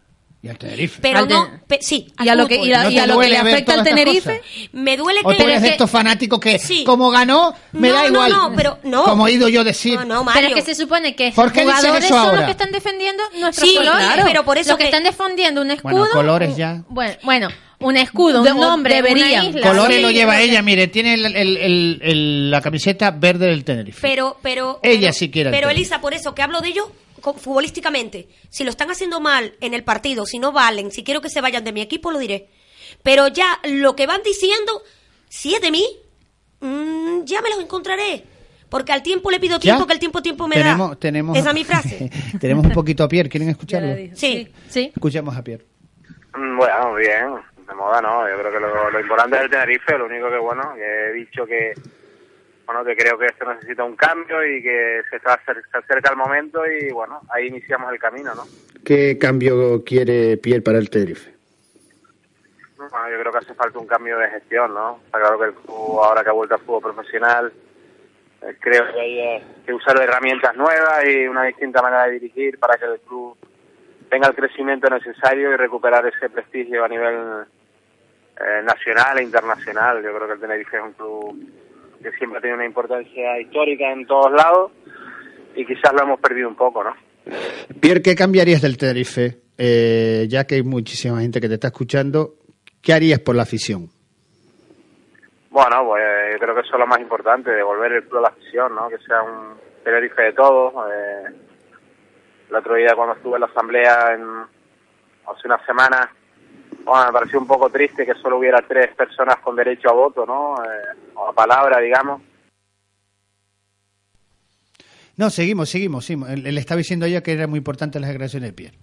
S2: Y al Tenerife.
S4: pero
S3: Al
S4: no,
S3: ten-
S4: pe- sí, al
S5: y a lo que, y a-
S4: fútbol.
S2: ¿No
S5: y a
S2: te
S5: lo que le
S2: duele ver
S5: afecta al
S2: todas estas
S5: Tenerife.
S4: Me duele
S2: O
S4: que
S2: tú
S4: pero
S2: eres
S4: es
S2: de
S4: que-
S2: estos fanáticos que,
S4: Sí.
S2: como ganó, me
S4: No,
S2: da
S4: no,
S2: igual.
S4: no, pero no.
S2: Como he ido yo decir.
S4: No, no,
S3: Pero
S4: Mario.
S3: es que se supone que
S2: ¿Por qué dicen
S3: jugadores
S2: eso
S3: son los
S2: ahora?
S3: que están defendiendo nuestros
S4: Sí,
S3: colores.
S4: claro, pero por eso
S3: los que,
S4: que-
S3: están defendiendo un escudo.
S2: Bueno, colores
S3: un-
S2: ya.
S3: Bueno, bueno, un escudo,
S5: De-
S3: un nombre,
S5: deberían.
S3: una isla.
S2: Colores
S3: Sí,
S2: lo lleva
S3: pero-
S2: ella, mire, tiene el- el- el- el- la camiseta verde del Tenerife.
S4: Pero, pero.
S2: Ella
S4: pero-
S2: sí quiere el
S4: Pero
S2: Tenerife.
S4: Elisa, por eso que hablo de ellos co- futbolísticamente. Si lo están haciendo mal en el partido, si no valen, si quiero que se vayan de mi equipo, lo diré. Pero ya lo que van diciendo, si es de mí, mm, ya me los encontraré. Porque al tiempo le pido
S2: ¿Ya?
S4: tiempo, que el tiempo tiempo me
S2: tenemos,
S4: da.
S2: Tenemos,
S4: Esa es mi frase.
S2: (laughs) tenemos un poquito a Pierre, ¿quieren escucharlo?
S4: sí.
S3: Sí.
S2: Escuchamos a Pierre.
S6: Mm, Bueno, bien, de moda no, yo creo que lo, lo importante es el Tenerife, lo único que bueno, que he dicho que bueno, que creo que se necesita un cambio y que se, está acer- se acerca el momento y bueno, ahí iniciamos el camino, ¿no?
S7: ¿Qué cambio quiere Pierre para el Tenerife?
S6: Bueno, yo creo que hace falta un cambio de gestión, ¿no? Está claro que el club, ahora que ha vuelto al fútbol profesional, eh, creo que hay eh, que usar herramientas nuevas y una distinta manera de dirigir para que el club tenga el crecimiento necesario y recuperar ese prestigio a nivel eh, nacional e internacional. Yo creo que el Tenerife es un club que siempre ha tenido una importancia histórica en todos lados y quizás lo hemos perdido un poco, ¿no?
S7: Pierre, ¿qué cambiarías del Tenerife? Eh, ya que hay muchísima gente que te está escuchando, ¿qué harías por la afición?
S6: Bueno, pues yo creo que eso es lo más importante, devolver el club a la afición, ¿no? Que sea un Tenerife de todos. eh. el otro día cuando estuve en la asamblea, en- hace una semana, bueno, me pareció un poco triste que solo hubiera tres personas con derecho a voto, ¿no? Eh, o a palabra, digamos.
S2: No, seguimos, seguimos, seguimos. Él, él estaba diciendo ella que era muy importante las declaraciones de Pierre.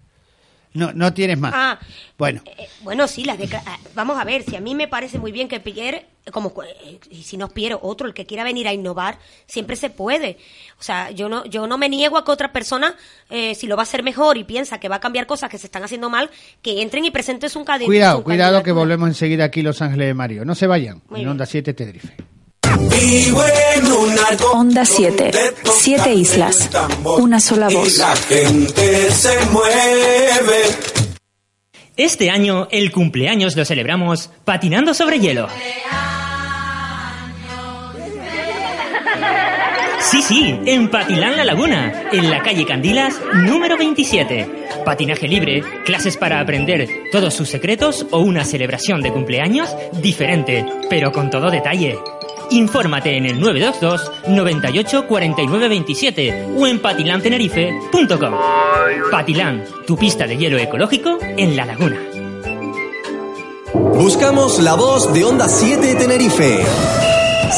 S2: No, no tienes más.
S4: Ah,
S2: bueno,
S4: Eh, bueno, sí, las decla- ah, vamos a ver, si a mí me parece muy bien que Pierre como eh, y si nos pierde otro, el que quiera venir a innovar, siempre se puede. O sea, yo no, yo no me niego a que otra persona, eh, si lo va a hacer mejor y piensa que va a cambiar cosas que se están haciendo mal, que entren y presenten su cadena.
S2: Cuidado, cuidado que volvemos enseguida aquí Los Ángeles de Mario. No se vayan.
S4: Muy
S2: en
S4: bien.
S2: Onda 7 Tenerife.
S8: Onda 7. Siete islas. Una sola voz.
S9: Este año el cumpleaños lo celebramos patinando sobre hielo. Sí, sí, en Patilán La Laguna, en la calle Candilas, número 27. Patinaje libre, clases para aprender todos sus secretos o una celebración de cumpleaños diferente, pero con todo detalle. Infórmate en el 922 98 49 27 o en patilantenerife.com. Patilán, tu pista de hielo ecológico en La Laguna.
S10: Buscamos la voz de Onda 7 de Tenerife.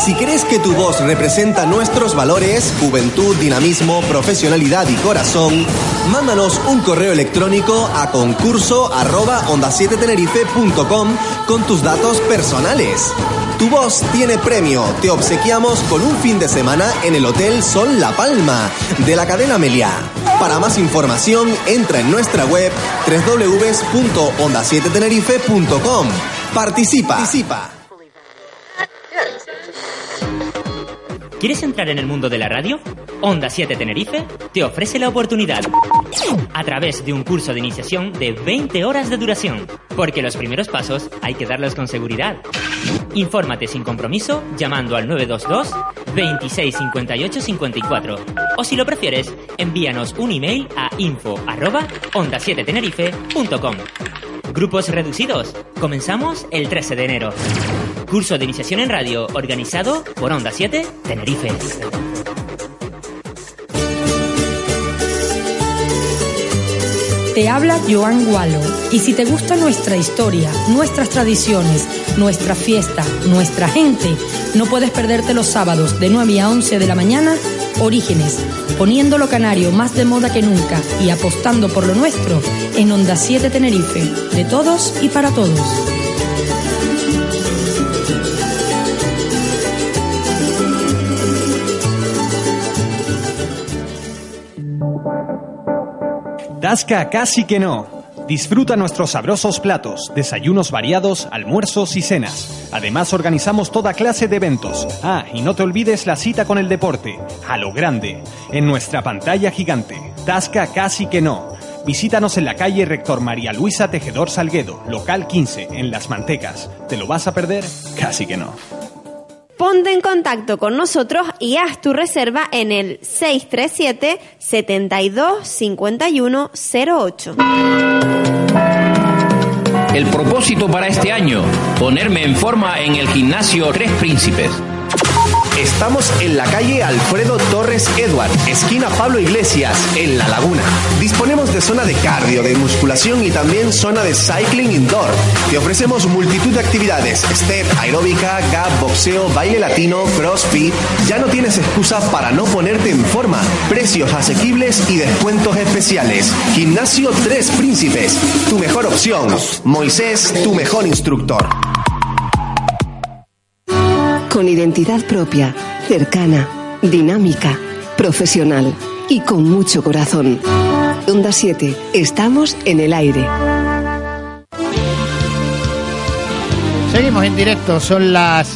S10: Si crees que tu voz representa nuestros valores, juventud, dinamismo, profesionalidad y corazón, mándanos un correo electrónico a concurso arroba onda7tenerife.com con tus datos personales. Tu voz tiene premio. Te obsequiamos con un fin de semana en el Hotel Sol La Palma de la cadena Meliá. Para más información, entra en nuestra web www.onda7tenerife.com. Participa. Participa.
S9: ¿Quieres entrar en el mundo de la radio? Onda 7 Tenerife te ofrece la oportunidad a través de un curso de iniciación de 20 horas de duración, porque los primeros pasos hay que darlos con seguridad. Infórmate sin compromiso llamando al 922 26 58 54 o si lo prefieres, envíanos un email a info arroba onda 7 tenerife.com. Grupos reducidos. Comenzamos el 13 de enero. Curso de iniciación en radio organizado por Onda 7 Tenerife.
S8: Te habla Joan Gualo. Y si te gusta nuestra historia, nuestras tradiciones, nuestra fiesta, nuestra gente, no puedes perderte los sábados de 9 a 11 de la mañana, Orígenes, poniendo lo canario más de moda que nunca y apostando por lo nuestro en Onda 7 Tenerife, de todos y para todos.
S11: Tasca casi que no. Disfruta nuestros sabrosos platos, desayunos variados, almuerzos y cenas. Además organizamos toda clase de eventos. Ah, y no te olvides la cita con el deporte, a lo grande, en nuestra pantalla gigante. Tasca casi que no. Visítanos en la calle Rector María Luisa Tejedor Salguedo, local 15, en Las Mantecas. ¿Te lo vas a perder? Casi que no.
S12: Ponte en contacto con nosotros y haz tu reserva en el 637 72 51 08.
S13: El propósito para este año, ponerme en forma en el gimnasio Tres Príncipes.
S10: Estamos en la calle Alfredo Torres Edward, esquina Pablo Iglesias, en La Laguna. Disponemos de zona de cardio, de musculación y también zona de cycling indoor. Te ofrecemos multitud de actividades, step, aeróbica, gap, boxeo, baile latino, crossfit. Ya no tienes excusa para no ponerte en forma. Precios asequibles y descuentos especiales. Gimnasio Tres Príncipes, tu mejor opción. Moisés, tu mejor instructor.
S8: Con identidad propia, cercana, dinámica, profesional y con mucho corazón. Onda 7, estamos en el aire.
S2: Seguimos en directo, son las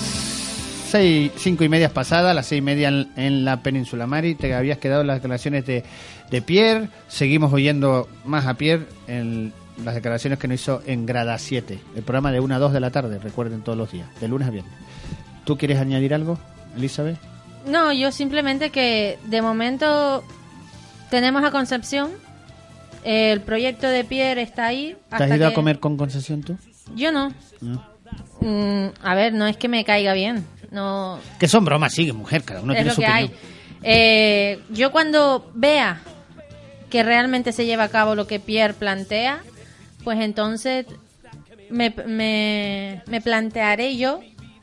S2: seis, cinco y media pasadas, las seis y media en, en la península Mari. Te habías quedado en las declaraciones de, de Pierre. Seguimos oyendo más a Pierre en las declaraciones que nos hizo en Grada 7, el programa de 1 a 2 de la tarde, recuerden todos los días, de lunes a viernes. ¿Tú quieres añadir algo, Elizabeth?
S3: No, yo simplemente que de momento tenemos a Concepción. El proyecto de Pierre está ahí.
S2: ¿Te has
S3: hasta
S2: ido a
S3: que-
S2: comer con concesión tú?
S3: Yo no.
S2: No.
S3: Mm, a ver, no es que me caiga bien. No,
S2: Que son bromas, sigue, mujer, cada uno
S3: es
S2: tiene
S3: lo
S2: su
S3: que hay.
S2: opinión.
S3: Eh, yo cuando vea que realmente se lleva a cabo lo que Pierre plantea, pues entonces me, me, me plantearé yo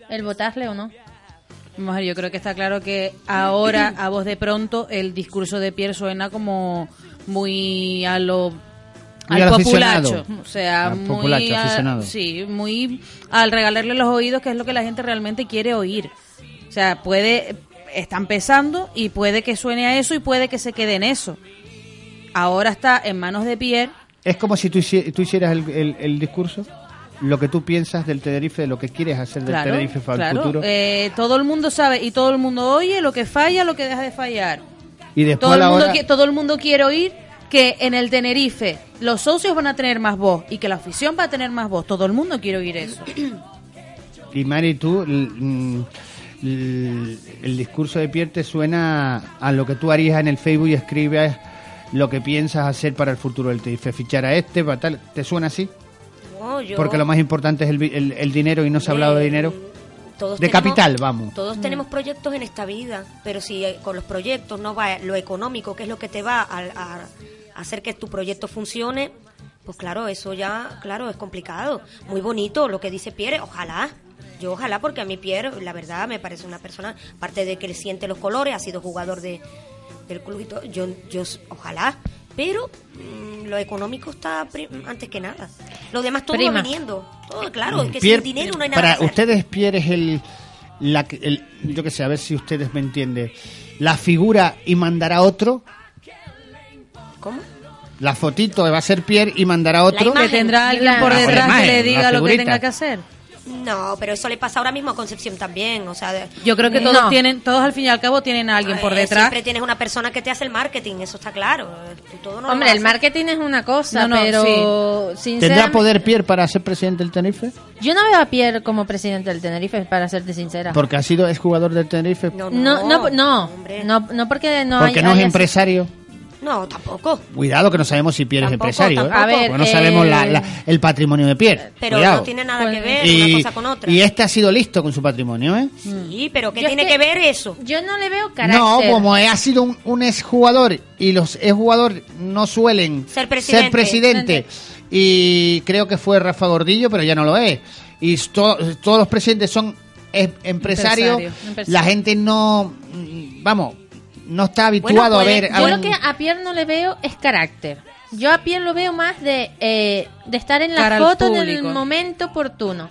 S3: el votarle o no.
S5: Mujer, yo creo que está claro que ahora, a voz de pronto, el discurso de Pierre suena como muy a lo
S2: Muy al
S5: al populacho.
S2: aficionado.
S5: O sea,
S2: Al
S5: muy,
S2: populacho,
S5: a-
S2: aficionado.
S5: sí, muy al regalarle los oídos, que es lo que la gente realmente quiere oír. O sea, puede, está empezando y puede que suene a eso y puede que se quede en eso. Ahora está en manos de Pierre.
S2: Es como si tú, hici- tú hicieras el, el- el discurso, lo que tú piensas del Tenerife, de lo que quieres hacer del
S5: Claro,
S2: Tenerife para
S5: claro.
S2: el futuro.
S5: Eh, todo el mundo sabe y todo el mundo oye lo que falla, lo que deja de fallar.
S2: y después
S5: Todo
S2: a
S5: el,
S2: la
S5: mundo,
S2: hora-
S5: qui- todo el mundo quiere oír que en el Tenerife los socios van a tener más voz y que la afición va a tener más voz. Todo el mundo quiere oír
S2: (clears throat)
S5: eso.
S2: Y Mari, tú, l- mm, l- el discurso de Pierre te suena a lo que tú harías en el Facebook y escribes lo que piensas hacer para el futuro del Tenerife. Fichar a este, para tal. ¿Te suena así?
S4: No, yo-
S2: Porque lo más importante es el, vi- el- el dinero y no se ha hablado de dinero.
S4: Todos
S2: de
S4: tenemos-
S2: capital, vamos.
S4: Todos tenemos proyectos en esta vida, pero si eh, con los proyectos no va lo económico, que es lo que te va a, a hacer que tu proyecto funcione, pues claro, eso ya, claro, es complicado. Muy bonito lo que dice Pierre, ojalá. Yo ojalá, porque a mí Pierre, la verdad, me parece una persona, aparte de que él siente los colores, ha sido jugador de, del club y todo, yo, yo s- ojalá, pero mm, lo económico está pri- antes que nada. Lo demás todo
S3: Prima.
S4: va viniendo. Todo, claro, es que
S2: Mm. Pierre,
S4: sin dinero no hay nada que
S2: para
S4: hacer.
S2: ustedes Pierre es el, la, que- el yo qué sé, a ver si ustedes me entienden. La figura y mandará otro,
S4: ¿Cómo?
S2: la fotito va a ser Pierre y mandará otro.
S4: imagen.
S5: Que tendrá alguien
S4: La-
S5: por
S2: Ah, por
S5: detrás que
S2: la
S5: le
S2: imagen, la
S5: diga lo que
S2: figurita.
S5: tenga que hacer.
S4: No, pero eso le pasa ahora mismo a Concepción también, o sea, de-
S5: Yo creo que
S4: Eh,
S5: todos
S4: no.
S5: tienen, todos al fin y al cabo tienen a alguien por
S4: Eh,
S5: detrás.
S4: Siempre tienes una persona que te hace el marketing, eso está claro. eh, tú todo no lo
S3: Hombre,
S4: vas
S3: el
S4: a hacer.
S3: marketing es una cosa,
S5: No, no,
S3: pero
S2: ¿Tendrá
S3: sinceramente...
S2: poder Pierre para ser presidente del Tenerife?
S3: Yo no veo a Pierre como presidente del Tenerife, para serte sincera.
S2: Porque ha sido es jugador del Tenerife.
S3: No, no, no, no, no porque no
S2: porque
S3: hay-
S2: no es
S3: haya-
S2: empresario.
S4: No, tampoco.
S2: Cuidado que no sabemos si Pierre
S4: Tampoco,
S2: es empresario. ¿eh?
S4: tampoco. A ver,
S2: Porque no sabemos la-
S3: eh,
S2: la- el patrimonio de Pierre.
S4: Pero
S2: Cuidado.
S4: no tiene nada
S5: Pues,
S4: que ver
S2: y,
S4: una cosa con otra.
S2: y este ha sido listo con su patrimonio, ¿eh?
S4: Sí, pero ¿qué
S3: Yo es
S4: tiene
S3: que-
S4: que, ver eso?
S3: Yo no le veo carácter.
S2: No, como ha sido un, un exjugador y los exjugadores no suelen
S4: Ser presidente.
S2: presidente. Y creo que fue Rafa Gordillo, pero ya no lo es. Y to- todos los presidentes son em- empresarios.
S3: Empresario, empresario.
S2: La gente no, mm, vamos, no está habituado
S4: Bueno,
S2: a
S4: puede-
S2: ver. a
S3: pues, Yo
S2: ver-
S3: lo que a Pierre no le veo es carácter. Yo a Pierre lo veo más de, eh, de estar en la
S5: Cara al
S3: foto en el
S5: público.
S3: momento oportuno.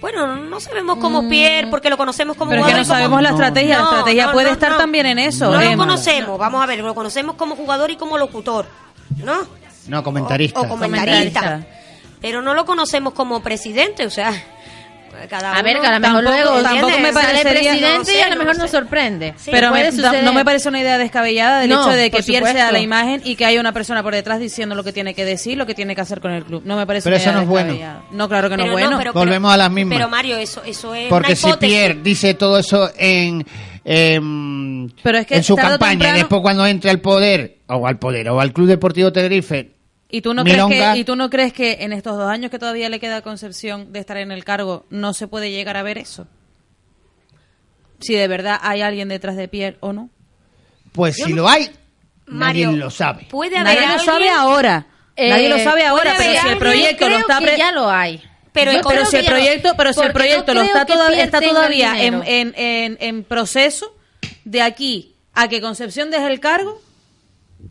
S4: Bueno, no sabemos cómo Pierre, porque lo conocemos como
S5: Mm. Pero es que no
S4: jugador. y como-
S5: sabemos la estrategia.
S4: No,
S5: la estrategia
S4: no,
S5: puede
S4: no,
S5: estar
S4: no.
S5: también en eso.
S4: No lo
S5: Emma.
S4: conocemos, vamos a ver, lo conocemos como jugador y como locutor, ¿no?
S2: no, comentarista.
S4: O, o comentarista. Pero no lo conocemos como presidente, o sea, cada
S3: A ver,
S4: uno-
S3: que a lo mejor
S5: Tampoco-
S3: luego
S5: tampoco
S3: sale
S5: me parecería-
S3: presidente
S4: no sé,
S3: y a lo
S4: no
S3: mejor
S4: sé.
S3: nos sorprende.
S4: Sí,
S5: Pero me-
S3: Puede
S5: da-
S3: suceder.
S5: no me parece una idea descabellada del
S3: No,
S5: hecho de que
S3: por
S5: Pierre sea
S3: supuesto.
S5: la imagen y que haya una persona por detrás diciendo lo que tiene que decir, lo que tiene que hacer con el club. No me parece
S2: Pero
S5: una
S2: eso
S5: idea
S2: no es bueno.
S5: descabellada. No, claro que no es
S4: Pero
S5: bueno.
S4: pero-
S2: Volvemos a las mismas.
S4: Pero Mario, eso, eso es
S2: Porque
S4: una
S2: si
S4: hipótesis.
S2: Pierre dice todo eso en, en,
S5: Pero es que
S2: en su
S5: tarde o
S2: campaña,
S5: temprano-
S2: y después cuando entre al poder, o al poder, o al Club Deportivo Tenerife,
S5: ¿Y tú, no crees
S2: Milonga.
S5: que, ¿Y tú no crees que en estos dos años que todavía le queda a Concepción de estar en el cargo no se puede llegar a ver eso? Si de verdad hay alguien detrás de Pierre o no.
S2: pues si lo hay, nadie lo sabe.
S4: Puede haber
S5: Nadie lo
S4: alguien,
S5: sabe ahora.
S3: Eh,
S5: Nadie lo sabe ahora,
S3: puede
S5: pero
S3: haber
S5: si el
S3: alguien,
S5: proyecto
S3: creo
S5: no está...
S3: que
S5: pre-
S3: ya lo hay.
S4: Pero-
S3: Yo
S5: pero
S3: creo
S5: si
S3: que
S5: el
S3: ya lo-
S5: proyecto, pero si el
S3: porque no
S5: proyecto lo
S3: creo
S5: está
S3: que
S5: todavía,
S3: Pierre
S5: está
S3: tenga
S5: todavía en,
S3: dinero.
S5: en, en, en proceso de aquí a que Concepción deje el cargo,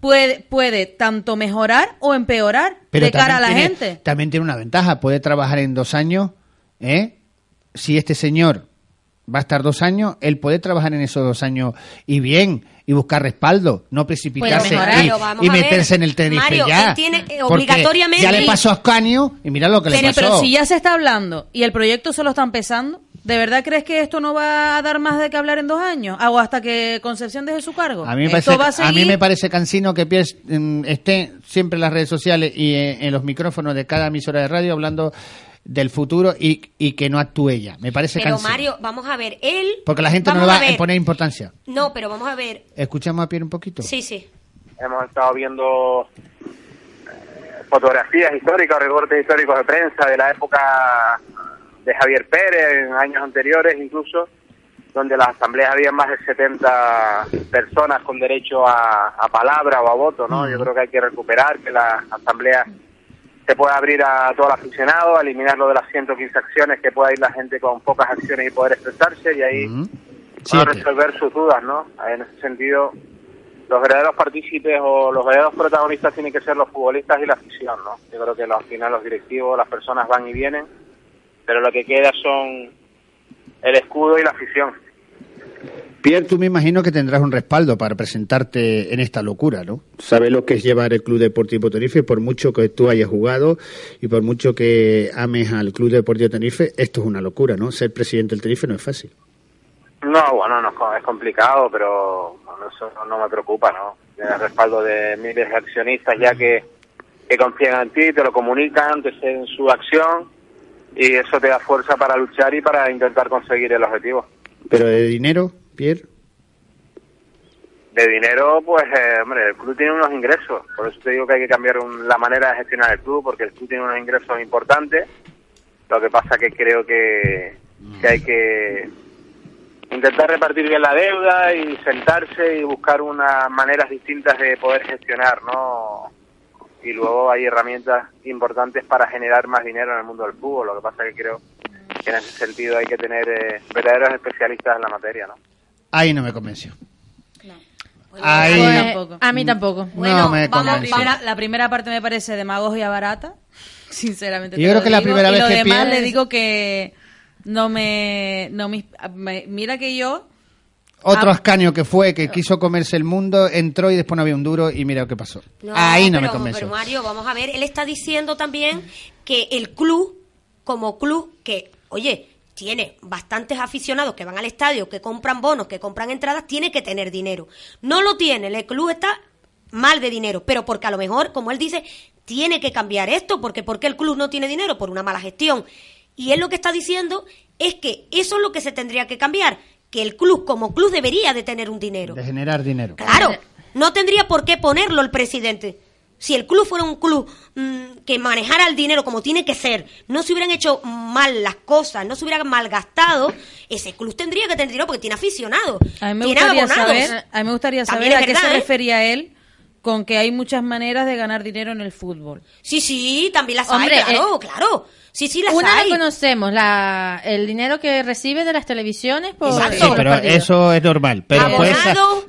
S5: puede, puede tanto mejorar o empeorar de cara a la
S2: también tiene-
S5: gente.
S2: También tiene una ventaja, puede trabajar en dos años, ¿eh? Si este señor va a estar dos años, él puede trabajar en esos dos años y bien, y buscar respaldo, no precipitarse
S3: mejorar,
S2: y-
S4: lo vamos
S2: y,
S4: a ver.
S2: meterse en el Tenerife
S4: Mario,
S2: ya.
S4: él tiene, eh,
S2: Porque
S4: obligatoriamente-
S2: Ya le pasó a Ascanio y mira lo que
S5: Pero,
S2: le pasó.
S5: pero si ya se está hablando y el proyecto solo está empezando, ¿de verdad crees que esto no va a dar más de que hablar en dos años? Ah, ¿O hasta que Concepción deje su cargo?
S2: A mí, me
S5: Esto
S2: parece,
S5: va a
S2: a mí
S5: seguir-
S2: me parece cansino que Pierre mm, esté siempre en las redes sociales y eh, en, en los micrófonos de cada emisora de radio hablando del futuro y, y que no actúe ya. Me parece
S4: Pero
S2: cansino.
S4: Mario, vamos a ver, él...
S2: Porque la gente no le
S4: vamos
S2: va
S4: ver.
S2: a poner importancia.
S4: No, pero vamos a ver,
S2: Escuchamos a Pierre un poquito.
S4: sí, sí.
S6: Hemos estado viendo eh, fotografías históricas, recortes históricos de prensa de la época de Javier Pérez, en años anteriores incluso, donde las asambleas había más de 70 personas con derecho a, a palabra o a voto, ¿no? Yo creo que hay que recuperar que la asamblea se pueda abrir a todo el aficionado, eliminar lo de las 115 acciones, que pueda ir la gente con pocas acciones y poder expresarse, y ahí
S2: Mm.
S6: para
S2: Siete.
S6: resolver sus dudas, ¿no? En ese sentido, los verdaderos partícipes o los verdaderos protagonistas tienen que ser los futbolistas y la afición, ¿no? Yo creo que los- al final los directivos, las personas van y vienen, pero lo que queda son el escudo y la afición.
S2: Pierre, tú me imagino que tendrás un respaldo para presentarte en esta locura, ¿no?
S7: Sabes lo que es llevar el Club Deportivo Tenerife, por mucho que tú hayas jugado y por mucho que ames al Club Deportivo Tenerife, esto es una locura, ¿no? Ser presidente del Tenerife no es fácil.
S6: No, bueno, no, es co- es complicado, pero bueno, eso no- no me preocupa, ¿no? Tienes el respaldo de miles de accionistas ya que, que confían en ti, te lo comunican, te ceden su acción y eso te da fuerza para luchar y para intentar conseguir el objetivo.
S7: Pero de dinero, Pierre,
S6: De dinero, pues, eh, hombre, el club tiene unos ingresos. Por eso te digo que hay que cambiar un- la manera de gestionar el club, porque el club tiene unos ingresos importantes. Lo que pasa que creo que, que hay que intentar repartir bien la deuda y sentarse y buscar unas maneras distintas de poder gestionar, ¿no? Y luego hay herramientas importantes para generar más dinero en el mundo del fútbol. Lo que pasa que creo que en ese sentido hay que tener eh, verdaderos especialistas en la materia, ¿no?
S2: Ahí no me convenció.
S5: A
S2: Ahí.
S5: mí tampoco.
S3: A mí tampoco.
S2: Bueno, me vamos-
S5: La
S2: convence.
S5: primera, la primera parte me parece demagogia barata, (laughs) sinceramente. te
S2: Yo creo
S5: lo
S2: que la
S5: digo.
S2: primera
S5: Y
S2: vez
S5: lo
S2: que
S5: demás
S2: pierdes-
S5: le digo que no me, no me, me- mira que yo
S2: Otro
S5: Ah.
S2: ascaño que fue, que quiso comerse el mundo, entró y después no había un duro y mira lo que pasó. Ahí no
S4: pero,
S2: me convenció.
S4: pero Mario, vamos a ver, él está diciendo también que el club, como club, que, oye, tiene bastantes aficionados que van al estadio, que compran bonos, que compran entradas, tiene que tener dinero. No lo tiene, el club está mal de dinero, pero porque a lo mejor, como él dice, tiene que cambiar esto, porque porque el club no tiene dinero por una mala gestión. Y él lo que está diciendo es que eso es lo que se tendría que cambiar, que el club como club debería de tener un dinero.
S2: De generar dinero.
S4: Claro, no tendría por qué ponerlo el presidente. Si el club fuera un club mm, que manejara el dinero como tiene que ser, no se hubieran hecho mal las cosas, no se hubieran malgastado, ese club tendría que tener dinero porque tiene aficionados.
S5: a mí me
S4: tiene
S5: gustaría
S4: abonados.
S5: saber, a mí me gustaría
S4: También
S5: saber a
S4: es
S5: qué se
S4: verdad, ¿eh?
S5: refería él con que hay muchas maneras de ganar dinero en el fútbol.
S4: Sí, sí, también las
S3: Hombre,
S4: hay, claro,
S3: eh,
S4: claro. Sí, sí, las
S3: Una
S4: hay.
S3: la conocemos, la, el dinero que recibe de las televisiones por
S2: Sí,
S3: por los
S2: pero
S3: partidos.
S2: eso es normal. Pero
S3: Abonado,
S2: puedes,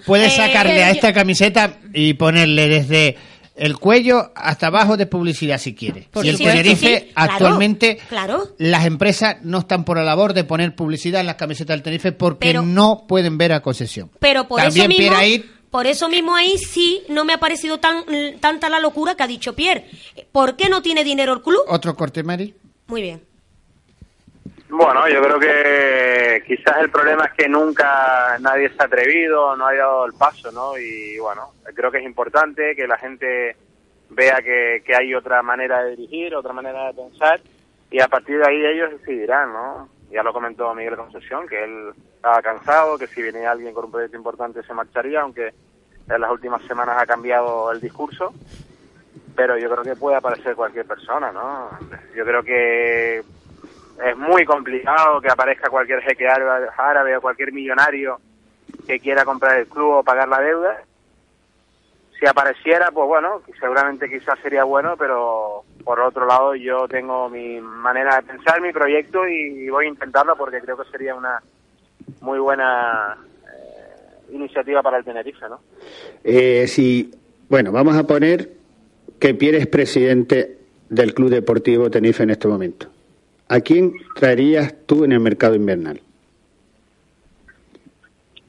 S2: puedes
S3: eh,
S2: sacarle a
S3: pero
S2: esta camiseta y ponerle desde el cuello hasta abajo de publicidad si quieres.
S4: Por
S2: y el
S4: supuesto,
S2: Tenerife
S4: sí, sí, claro,
S2: actualmente
S4: claro.
S2: las empresas no están por la labor de poner publicidad en las camisetas del Tenerife porque
S4: Pero-
S2: no pueden ver a concesión.
S4: Pero por
S2: También
S4: eso mismo,
S2: Pierre ahí-
S4: por eso mismo ahí sí no me ha parecido tan tanta la locura que ha dicho Pierre. ¿Por qué no tiene dinero el club?
S2: Otro corte, Mari.
S4: Muy bien.
S6: Bueno, yo creo que quizás el problema es que nunca nadie se ha atrevido, no ha dado el paso, ¿no? Y bueno, creo que es importante que la gente vea que, que hay otra manera de dirigir, otra manera de pensar, y a partir de ahí ellos decidirán, ¿no? Ya lo comentó Miguel Concepción, que él estaba cansado, que si venía alguien con un proyecto importante se marcharía, aunque en las últimas semanas ha cambiado el discurso, pero yo creo que puede aparecer cualquier persona, ¿no? Yo creo que es muy complicado que aparezca cualquier jeque árabe árabe o cualquier millonario que quiera comprar el club o pagar la deuda. Si apareciera, pues bueno, seguramente quizás sería bueno, pero por otro lado yo tengo mi manera de pensar, mi proyecto y voy a intentarlo porque creo que sería una muy buena eh, iniciativa para el Tenerife, ¿no?
S7: Eh, si, bueno, vamos a poner que Pierre es presidente del Club Deportivo Tenerife en este momento. ¿A quién traerías tú en el mercado invernal?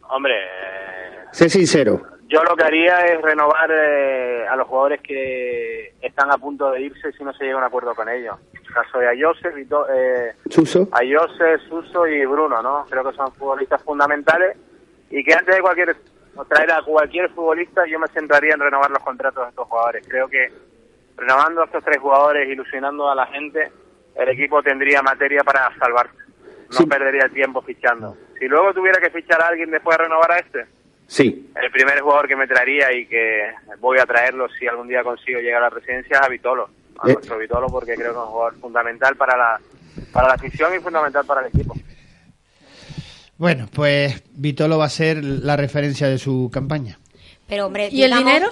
S6: Hombre, eh,
S7: Sé sincero.
S6: Yo lo que haría es renovar eh, a los jugadores que están a punto de irse si no se llega a un acuerdo con ellos. El caso de Ayose, Vito- eh,
S7: Suso.
S6: Ayose, Suso y Bruno, ¿no? Creo que son futbolistas fundamentales y que antes de cualquier o traer a cualquier futbolista yo me centraría en renovar los contratos de estos jugadores. Creo que renovando a estos tres jugadores, ilusionando a la gente, el equipo tendría materia para salvarse. No perdería el tiempo fichando. Si luego tuviera que fichar a alguien después de renovar a este,
S7: Sí.
S6: el primer jugador que me traería y que voy a traerlo si algún día consigo llegar a la presidencia es a Vitolo, a
S7: Eh.
S6: nuestro Vitolo, porque creo que es un jugador fundamental para la, para la afición y fundamental para el equipo.
S2: Bueno, pues Vitolo va a ser la referencia de su campaña.
S4: Pero hombre,
S3: ¿Y el
S4: digamos-
S3: dinero?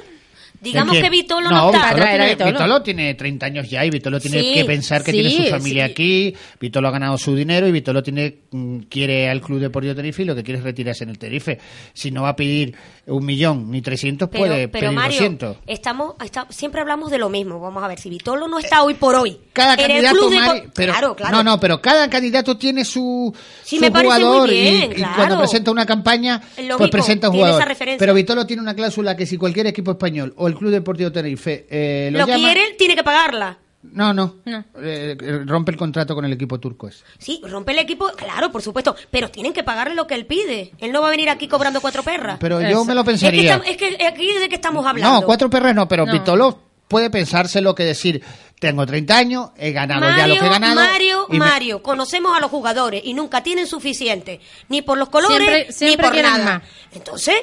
S4: Digamos
S2: ¿De
S4: que
S2: quién?
S4: Vitolo no, está.
S2: Vitolo tiene, Vitolo tiene 30 años ya y Vitolo tiene
S4: Sí,
S2: que pensar que
S4: sí,
S2: tiene su familia
S4: sí.
S2: aquí. Vitolo ha ganado su dinero y Vitolo tiene, mm, quiere al Club Deportivo Tenerife y lo que quiere es retirarse en el Tenerife. Si no va a pedir un millón ni 300,
S4: Pero,
S2: puede
S4: pero
S2: pedir
S4: Mario,
S2: 200.
S4: estamos, está- siempre hablamos de lo mismo. Vamos a ver, si Vitolo no está hoy por hoy.
S2: Eh, Cada
S4: en el
S2: candidato,
S4: club de
S2: Mari,
S4: co-
S2: pero-
S4: claro, claro.
S2: No, no, pero cada candidato tiene su,
S4: Sí,
S2: su
S4: me parece muy
S2: jugador y-
S4: bien,
S2: y,
S4: claro.
S2: cuando presenta una campaña,
S4: Lógico,
S2: pues presenta un
S4: tiene esa
S2: jugador.
S4: referencia.
S2: Pero Vitolo tiene una cláusula que si cualquier equipo español o el Club Deportivo Tenerife eh, lo,
S4: lo
S2: llama,
S4: quiere, tiene que pagarla.
S2: No, no.
S4: No.
S2: Eh, eh, rompe el contrato con el equipo turco ese.
S4: Sí, rompe el equipo, claro, por supuesto, pero tienen que pagarle lo que él pide. Él no va a venir aquí cobrando cuatro perras.
S2: Pero yo me lo
S4: Es que
S2: pensaría.
S4: estamos- Es que, aquí de qué estamos hablando.
S2: No, cuatro perras no, pero
S4: No.
S2: Vitolo puede pensarse lo que decir, tengo 30 años, he ganado ya lo que he ganado.
S4: Mario,
S2: y me-
S4: Mario, conocemos a los jugadores y nunca tienen suficiente, ni por los colores,
S3: Siempre- siempre
S4: ni por
S3: quieren
S4: nada.
S3: más.
S4: Entonces,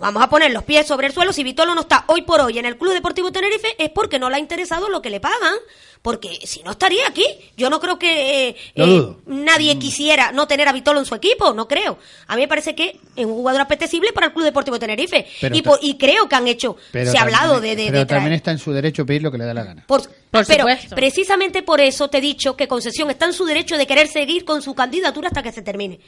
S4: vamos a poner los pies sobre el suelo. Si Vitolo no está hoy por hoy en el Club Deportivo Tenerife, es porque no le ha interesado lo que le pagan. Porque si no estaría aquí, yo no creo que eh,
S2: Lo
S4: eh,
S2: dudo. Mm.
S4: nadie quisiera no tener a Vitolo en su equipo, no creo. A mí me parece que es un jugador apetecible para el Club Deportivo Tenerife.
S2: Pero
S4: y,
S2: ta-
S4: por- y creo que han hecho, se
S2: Pero
S4: ha
S2: también-
S4: hablado de, de-
S2: Pero
S4: de traer-
S2: también está en su derecho pedir lo que le da la gana.
S4: por, pero
S3: supuesto.
S4: precisamente por eso te he dicho que Concesión está en su derecho de querer seguir con su candidatura hasta que se termine.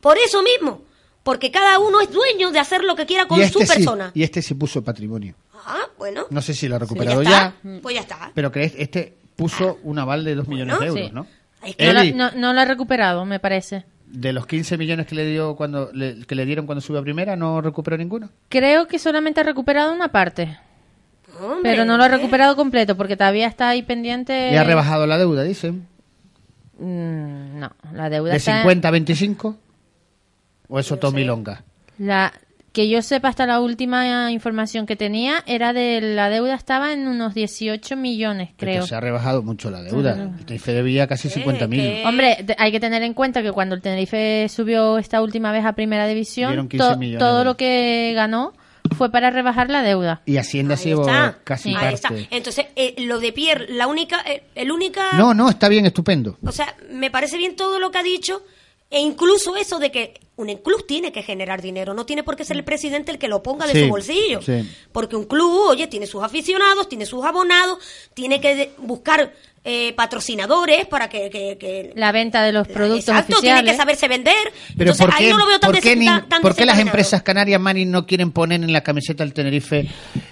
S4: Por eso mismo, porque cada uno es dueño de hacer lo que quiera con
S2: y
S4: su
S2: este sí,
S4: persona.
S2: y este sí puso patrimonio.
S4: Ah, bueno.
S2: No sé si lo ha
S4: pues ya
S2: recuperado
S4: está,
S2: ya,
S4: Pues ya está.
S2: pero que es- este puso un aval de 2 millones de
S3: Bueno,
S2: euros,
S3: sí.
S2: ¿no?
S4: Es
S3: No la-
S2: Eli,
S3: no, no la ha recuperado, me parece.
S2: de los 15 millones que le dio cuando le- que le dieron cuando subió a primera no recuperó ninguno.
S3: Creo que solamente ha recuperado una parte,
S4: Hombre,
S3: pero no lo ha recuperado completo porque todavía está ahí pendiente.
S4: Eh.
S2: Y ha rebajado la deuda, dicen.
S3: Mm, no, la deuda
S2: De
S3: está-
S2: 50 a 25. ¿O eso Tomilonga?
S3: La que yo sepa hasta la última información que tenía era de la deuda estaba en unos 18 millones, creo.
S2: Que se ha rebajado mucho la deuda. El Tenerife debía casi
S4: Eh,
S2: 50 mil.
S3: Hombre, te- hay que tener en cuenta que cuando el Tenerife subió esta última vez a Primera
S2: Dieron
S3: División,
S2: 15
S3: to-
S2: millones
S3: todo
S2: de-
S3: lo que ganó fue para rebajar la deuda.
S2: Y Hacienda se llevó casi
S4: Ahí está.
S2: parte.
S4: Entonces, eh, lo de Pierre, la única, eh, el única...
S2: No, no, está bien, estupendo.
S4: O sea, me parece bien todo lo que ha dicho e incluso eso de que un club tiene que generar dinero, no tiene por qué ser el presidente el que lo ponga de
S2: Sí,
S4: su bolsillo.
S2: sí.
S4: Porque un club, oye, tiene sus aficionados, tiene sus abonados, tiene que de- buscar eh, patrocinadores para que... que- que-
S3: La venta de los productos
S4: Exacto,
S3: oficiales.
S4: tiene que saberse vender.
S2: Pero
S4: Entonces,
S2: ¿por qué,
S4: ahí no lo veo tan,
S2: por qué
S4: desen-
S2: ni-
S4: tan- tan
S2: por qué las
S4: desencaminado.
S2: empresas canarias Mani no quieren poner en la camiseta del Tenerife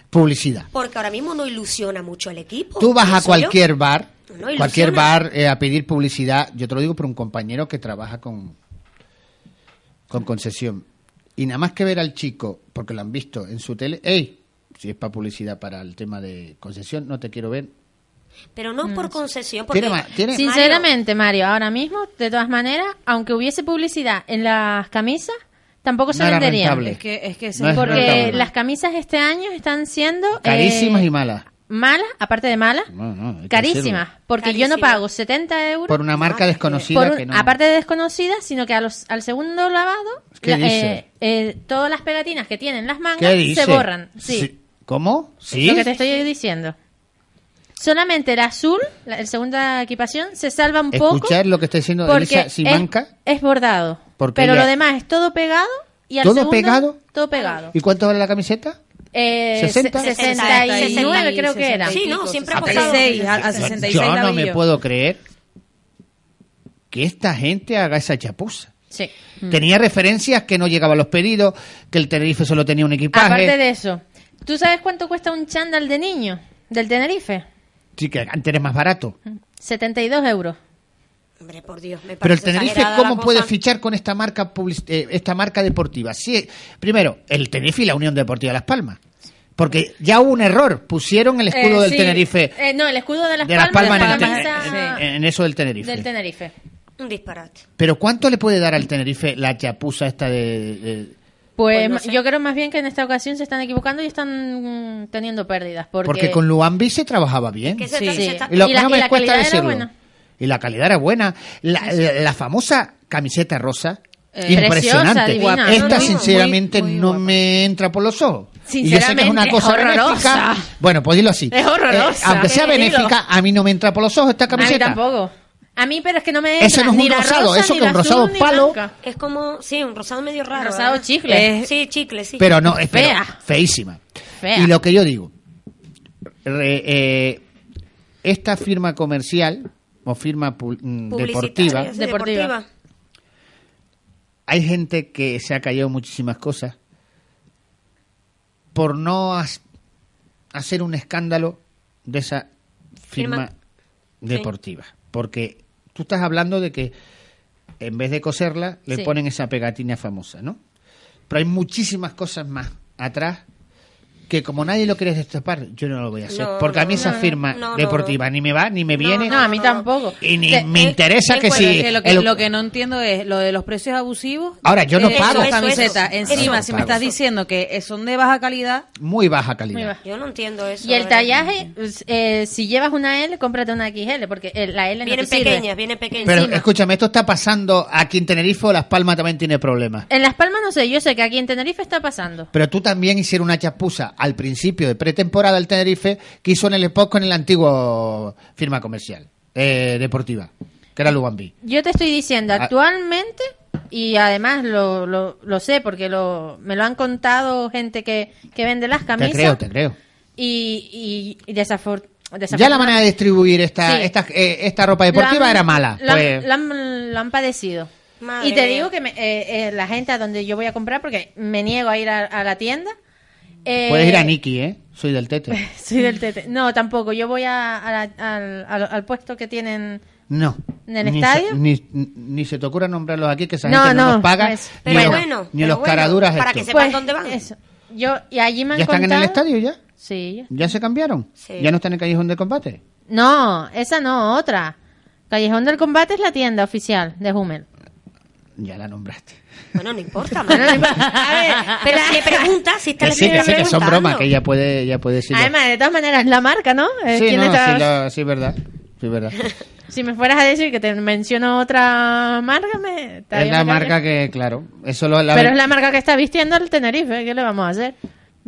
S2: publicidad?
S4: Porque ahora mismo no ilusiona mucho al equipo.
S2: Tú vas a
S4: pienso
S2: cualquier
S4: yo.
S2: bar,
S4: No, ilusiona.
S2: cualquier bar eh, a pedir publicidad. Yo te lo digo por un compañero que trabaja con, con concesión. Y nada más que ver al chico, porque lo han visto en su tele, ¡ey! Si es para publicidad para el tema de concesión, no te quiero ver.
S3: Eh,
S4: Pero no
S3: Mm.
S4: por concesión. Porque,
S2: Tiene, ma- tiene-
S3: Sinceramente, Mario, ahora mismo, de todas maneras, aunque hubiese publicidad en las camisas, tampoco se
S2: No era
S3: venderían.
S2: rentable.
S5: Es que, es que sí,
S2: No es
S5: porque
S3: Porque
S2: rentable.
S3: las camisas este año están siendo eh,
S2: carísimas y malas.
S3: malas, aparte de malas,
S2: No, no, hay que
S3: carísimas,
S2: decirlo.
S3: porque yo no
S4: Carísimas.
S3: pago 70 euros
S2: Por una marca desconocida
S3: por un-
S2: que no-
S3: aparte de desconocida, sino que a los, al segundo lavado,
S2: ¿Qué
S3: la-
S2: dice?
S3: eh, eh, todas las pegatinas que tienen las
S2: ¿Qué
S3: mangas
S2: dice?
S3: se borran. Sí,
S2: Sí. ¿Cómo?
S3: Es
S2: ¿Sí?
S3: lo que te estoy diciendo. Solamente la azul, la, el segunda equipación, se salva un poco.
S2: Escuchar lo que está diciendo
S3: porque
S2: Elisa Simanca.
S3: Es, es bordado.
S2: Porque
S3: pero
S2: ella-
S3: lo demás es todo pegado. Y al
S2: ¿Todo
S3: segundo-
S2: pegado?
S3: Todo pegado.
S2: ¿Y cuánto vale la camiseta?
S5: Ah.
S3: Eh,
S2: 60?
S3: se- 69 creo que era.
S4: Sí, no, siempre ha
S5: a
S4: pasado.
S5: 66, a, a 66
S2: Yo
S5: la
S2: no
S5: vi
S2: me
S5: yo.
S2: puedo creer que esta gente haga esa chapuza.
S3: Sí.
S2: Mm. Tenía referencias que no llegaban los pedidos, que el Tenerife solo tenía un equipaje.
S3: Aparte de eso, ¿tú sabes cuánto cuesta un chándal de niño del Tenerife?
S2: Sí, que antes era más barato.
S3: 72 euros.
S4: Hombre, por Dios, me
S2: Pero el
S4: parece
S2: Tenerife,
S4: exagerada la
S2: ¿cómo
S4: cosa.
S2: puede fichar con esta marca public- eh, esta marca deportiva? Sí, primero, el Tenerife y la Unión Deportiva Las Palmas. Porque ya hubo un error. Pusieron el escudo
S3: Eh,
S2: del
S3: sí.
S2: Tenerife.
S3: Eh, no, el escudo de las
S2: de Las Palmas,
S3: la
S2: en, el Ten-
S3: camisa
S2: en- en eso del Tenerife.
S3: del Tenerife.
S4: Un disparate.
S2: Pero ¿cuánto le puede dar al Tenerife la chapuza esta de- de
S3: Pues,
S4: Pues no
S3: ma-
S4: sé.
S3: yo creo más bien que en esta ocasión se están equivocando y están mm, teniendo pérdidas. Porque,
S2: Porque, con Luambi se trabajaba bien.
S4: Que se-
S3: Sí.
S4: se está-
S2: Y lo
S3: y
S2: que
S3: la-
S2: no
S3: y
S2: me
S3: la
S2: cuesta
S3: calidad era
S2: decirlo.
S3: buena.
S2: Y la calidad era buena. La, la- la famosa camiseta rosa.
S5: Eh,
S2: impresionante.
S3: preciosa, divina.
S2: Esta,
S3: No, no,
S2: sinceramente,
S5: muy- muy
S2: no
S5: guapa.
S2: me entra por los ojos. Y yo sé que es
S3: Sinceramente,
S2: una cosa
S3: es horrorosa.
S2: benéfica. Bueno, pues dilo así.
S3: Es horrorosa.
S2: aunque sea
S3: Eh, dilo.
S2: benéfica, a mí no me entra por los ojos esta
S3: a mí
S2: camiseta.
S3: tampoco. A mí, pero es que no me
S2: Eso
S3: entra
S2: no es un
S3: ni la
S2: rosado,
S3: rosa,
S2: eso
S3: ni
S2: que un
S3: la azul,
S2: rosado
S3: ni
S2: palo.
S3: blanca.
S4: Es como, sí, un rosado medio raro.
S3: Rosado
S4: ¿verdad?
S3: chicle.
S4: Sí, chicle, sí.
S2: Pero no, es pero
S3: Fea.
S2: feísima.
S3: Fea.
S2: Y lo que yo digo, re- eh, esta firma comercial o firma pul- mm, deportiva,
S4: Publicitaria, sí, deportiva.
S2: hay gente que se ha callado muchísimas cosas por no has- hacer un escándalo de esa firma
S4: Firma.
S2: deportiva. Porque tú estás hablando de que en vez de coserla, le
S4: Sí.
S2: ponen esa pegatina famosa, ¿no? Pero hay muchísimas cosas más atrás que como nadie lo quiere destapar, yo no lo voy a hacer.
S3: No,
S2: porque a mí
S3: no,
S2: esa
S3: no,
S2: firma
S3: no, no,
S2: deportiva ni me va, ni me viene.
S3: No, a mí tampoco.
S2: Y ni
S3: Que-
S2: me
S5: eh,
S2: interesa
S5: el
S2: que
S5: cuero,
S2: si...
S5: eh, lo, que,
S2: el-
S5: lo que no entiendo es lo de los precios abusivos.
S2: Ahora, yo no
S5: de
S2: pago.
S5: las
S2: Eso,
S5: camisetas.
S2: eso,
S5: Encima,
S2: eso.
S5: si me estás
S2: Pago.
S5: diciendo que son de baja calidad,
S2: Muy baja calidad.
S4: Yo no entiendo eso.
S3: Y el
S4: de verdad.
S3: tallaje, eh, si llevas una L, cómprate una XL, porque el- la L no
S4: Vienen
S3: te sirve.
S4: pequeñas, vienen pequeñas.
S2: Pero escúchame, esto está pasando aquí en Tenerife o Las Palmas también tiene problemas.
S3: En Las Palmas no sé, yo sé que aquí en Tenerife está pasando.
S2: Pero tú también hicieron una chapuza al principio de pretemporada el Tenerife que hizo en el Sport con el antiguo firma comercial eh, deportiva, que era Lubambi.
S3: Yo te estoy diciendo,
S2: Ah.
S3: actualmente, y además lo, lo, lo sé porque lo, me lo han contado gente que, que vende las
S2: Te
S3: camisas.
S2: creo, te creo.
S3: Y, y, y desafor-
S2: Ya la manera de distribuir esta,
S3: Sí.
S2: esta, eh, esta ropa
S3: Lo
S2: deportiva
S3: han-
S2: era mala.
S3: lo han-
S2: pues.
S3: lo han- lo han padecido.
S4: Madre
S3: y te
S4: mía.
S3: digo que me- eh, eh, la gente a donde yo voy a comprar, porque me niego a ir a, a la tienda. eh,
S2: Puedes ir a Nicky, ¿eh? Soy del Tete.
S3: (laughs) Soy del Tete. No, tampoco. Yo voy a- a la- al, al- al puesto que tienen.
S2: No.
S3: ¿En el
S2: Ni se-
S3: estadio?
S2: ni, ni se te ocurra nombrarlos aquí, que esa
S3: No,
S2: gente no,
S3: no,
S2: nos paga.
S3: pues.
S2: ni
S3: Pero
S2: los,
S3: bueno,
S2: ni
S3: pero
S2: los
S3: bueno,
S2: caraduras
S4: para que
S2: estos.
S4: sepan dónde van.
S3: Eso. Yo, y allí me han
S2: ¿Ya están en el
S3: contado-
S2: estadio ya?
S3: Sí.
S2: ¿Ya se cambiaron?
S3: Sí.
S2: ¿Ya no están en el callejón de combate?
S3: No, esa no, otra. Callejón del Combate es la tienda oficial de Hummel.
S2: Ya la nombraste.
S4: Bueno, no
S3: (laughs)
S4: importa. madre. A ver, pero si le preguntas, si está
S2: Que
S4: la
S2: sí, que
S4: primera
S2: sí, que son
S4: preguntando.
S2: bromas, que ella puede, ella puede decirlo.
S3: Además, de todas maneras, la marca, ¿no? Eh,
S2: sí,
S3: ¿quién
S2: no, no,
S3: está-
S2: sí, la- sí, es verdad. Sí, es
S3: (laughs)
S2: verdad.
S3: Si me fueras a decir que te menciono otra marca, me...
S2: es
S3: todavía me caería.
S2: la marca que, claro, eso lo... La
S3: Pero es la marca que está vistiendo el Tenerife, ¿qué le vamos a hacer?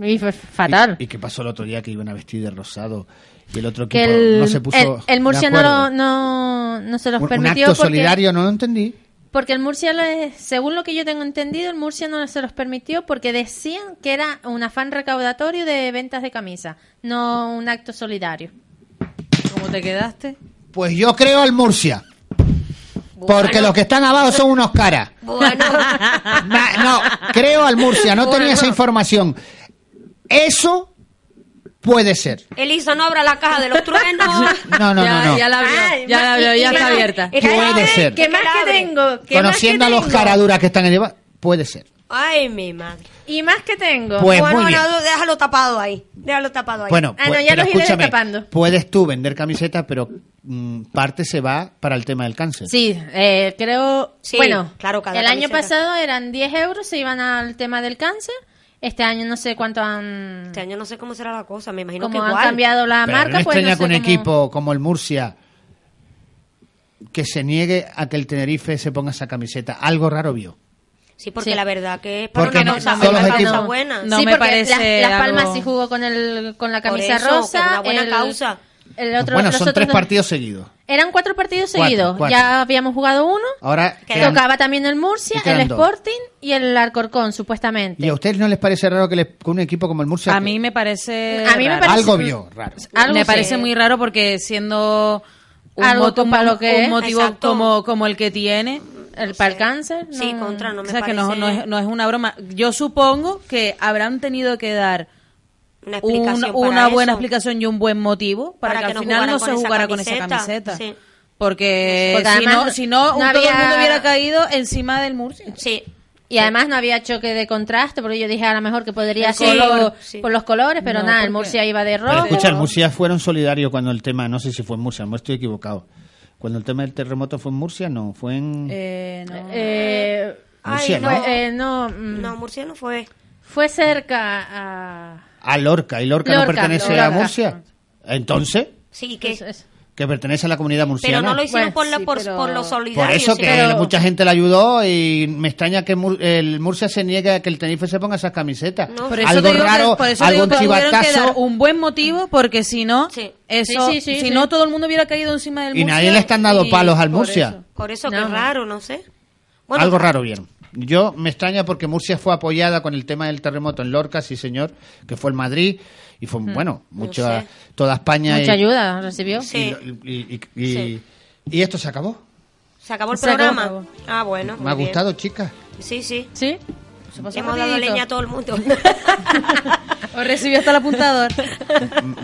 S3: Y fue fatal.
S2: ¿Y qué pasó el otro día que iban a vestir de rosado y el otro
S3: que
S2: equipo
S3: el,
S2: no se puso
S3: el, el
S2: de
S3: Murcia no, lo-
S2: acuerdo?
S3: no, no se los
S2: Un- un,
S3: permitió
S2: acto
S3: porque,
S2: solidario, no lo entendí.
S3: porque el Murcia, lo es- según lo que yo tengo entendido, el Murcia no se los permitió porque decían que era un afán recaudatorio de ventas de camisas, no un acto solidario.
S5: ¿cómo te quedaste?
S2: Pues yo creo al Murcia. Porque los que están abajo son unos caras.
S4: Bueno,
S2: Ma- no, creo al Murcia, no tenía esa información. Eso puede ser.
S4: él hizo no abra la caja de los truenos.
S2: No, no, no, no.
S5: Ya la abrió,
S4: Ah,
S3: Ay,
S5: ya la abrió,
S3: y- y-
S5: ya está
S3: y-
S5: abierta.
S3: y-
S2: Puede ser.
S3: ¿Qué más que tengo? ¿Qué más que
S2: Conociendo a los
S3: tengo?
S2: caraduras que están en el... Puede ser.
S4: Ay, mi madre.
S3: Y más que tengo.
S2: Pues
S4: bueno,
S2: muy bien.
S4: no, déjalo tapado ahí. Déjalo tapado ahí.
S2: Bueno,
S3: Ah, no,
S2: pues-
S3: ya
S2: pero
S3: los iré
S2: escúchame,
S3: destapando.
S2: puedes tú vender camisetas, pero mm, parte se va para el tema del cáncer.
S3: Sí, eh, creo.
S4: Sí,
S3: bueno,
S4: claro, cada
S3: el año
S4: camiseta.
S3: pasado eran 10 euros, se iban al tema del cáncer. Este año no sé cuánto han.
S4: Este año no sé cómo será la cosa, me imagino que
S3: Como han
S4: igual.
S3: cambiado la
S2: Pero
S3: marca,
S2: no
S3: pues. no
S2: extraña
S3: sé
S2: que un
S3: cómo-
S2: equipo como el Murcia que se niegue a que el Tenerife se ponga esa camiseta. Algo raro vio.
S4: Sí, porque
S3: Sí.
S4: la verdad que es para
S2: Porque
S4: una
S2: no-
S4: causa
S2: no los
S4: buena,
S2: equipos-
S4: causa buena.
S5: No
S3: sí,
S5: me
S3: porque
S5: parece
S3: Las, Las Palmas
S5: algo-
S3: sí jugó con, el, con la camisa
S4: eso, que
S3: rosa.
S4: una buena
S3: el-
S4: causa.
S3: el otro-
S2: bueno,
S3: los
S2: son
S3: otros
S2: tres
S3: dos-
S2: partidos seguidos.
S3: Eran cuatro partidos
S2: Cuatro,
S3: seguidos.
S2: cuatro.
S3: Ya habíamos jugado uno.
S2: Ahora
S4: Que
S2: quedan-
S3: Tocaba también el Murcia,
S2: y quedan
S3: el
S2: dos.
S3: Sporting y el Alcorcón, supuestamente.
S2: ¿Y a ustedes no les parece raro que, le- que un equipo como el Murcia...
S5: A mí me parece.
S3: A mí me
S5: raro.
S3: parece-
S2: Algo vio, raro.
S3: Algo
S5: me
S3: sí.
S5: parece muy raro porque siendo un,
S3: Algo
S5: motivo-
S3: para lo que
S5: un
S3: es.
S5: motivo
S4: Exacto.
S5: como, como el que tiene.
S3: el para el cáncer.
S4: Sí,
S3: no-
S4: contra, no
S5: o
S4: me
S5: sea,
S4: parece
S5: que no, no es, no es una broma. Yo supongo que habrán tenido que dar
S4: una
S5: un-
S4: explicación para
S5: una
S4: eso.
S5: buena explicación y un buen motivo para,
S4: Para
S5: que,
S4: que no
S5: al final
S4: jugaran
S5: no
S4: con
S5: se
S4: esa
S5: jugara con esa
S4: camiseta,
S5: camiseta.
S4: sí.
S5: Porque,
S3: Porque
S5: Eh, si
S3: además
S5: no, si no,
S3: no
S5: un- todo el
S3: había-
S5: mundo hubiera caído encima del Murcia.
S4: Sí.
S3: Y además no había choque de contraste, porque yo dije a lo mejor que podría
S4: El
S3: ser
S4: color,
S3: por,
S4: sí.
S3: por los colores, pero
S5: No,
S3: nada,
S5: ¿por
S3: el
S5: qué?
S3: Murcia iba de
S2: Pero
S3: rojo.
S2: escucha, en Murcia fueron solidarios cuando el tema, no sé si fue en Murcia, no estoy equivocado. Cuando el tema del terremoto fue en Murcia, no, fue en...
S5: Eh, no.
S3: Eh,
S4: Ay,
S2: Murcia,
S4: no.
S3: fue- eh, no, mm,
S4: No, Murcia no fue.
S3: fue cerca a...
S2: A Ah, Lorca, y Lorca, no
S3: Lorca,
S2: pertenece
S3: Lorca.
S2: a Murcia. Entonces,
S4: Sí, que
S3: es- es-
S2: que pertenece a la comunidad
S4: pero
S2: murciana.
S4: no lo
S3: Bueno,
S4: hicieron por, la,
S3: sí,
S4: por,
S3: pero-
S4: por lo solidario.
S2: Por eso
S4: sí.
S2: que
S3: pero-
S2: mucha gente la ayudó y me extraña que Mur- el Murcia se niegue a que el Tenerife se ponga esas camisetas.
S4: No,
S5: Por eso te
S2: algo
S5: digo que-
S2: raro,
S5: por eso te digo
S2: algún
S5: que tuvieron que dar
S2: chivatazo
S5: un buen motivo porque si no,
S4: Sí.
S5: eso,
S3: Sí, sí, sí,
S5: si
S3: sí.
S5: no todo el mundo hubiera caído encima del
S2: y
S5: Murcia.
S2: nadie le están dando
S5: y
S2: palos al
S5: por
S2: Murcia.
S5: eso.
S4: Por eso
S3: No,
S4: que
S3: no.
S4: raro, no sé.
S2: algo raro vieron. Yo me extraña porque Murcia fue apoyada con el tema del terremoto en Lorca, sí señor, que fue en Madrid y fue
S3: Mm,
S2: bueno,
S3: no
S2: mucha
S3: sé.
S2: toda España
S3: Mucha
S2: y-
S3: ayuda recibió.
S4: Sí.
S2: y, y- y-
S4: Sí.
S2: y esto se acabó.
S4: ¿Se acabó el
S3: Se acabó,
S4: programa?
S3: se acabó.
S4: Ah, bueno.
S2: Me ha
S4: muy bien.
S2: gustado, chicas.
S4: Sí, sí.
S3: Sí.
S4: Le hemos dado
S3: rapidito.
S4: leña a todo el mundo.
S5: Os recibió hasta el apuntador.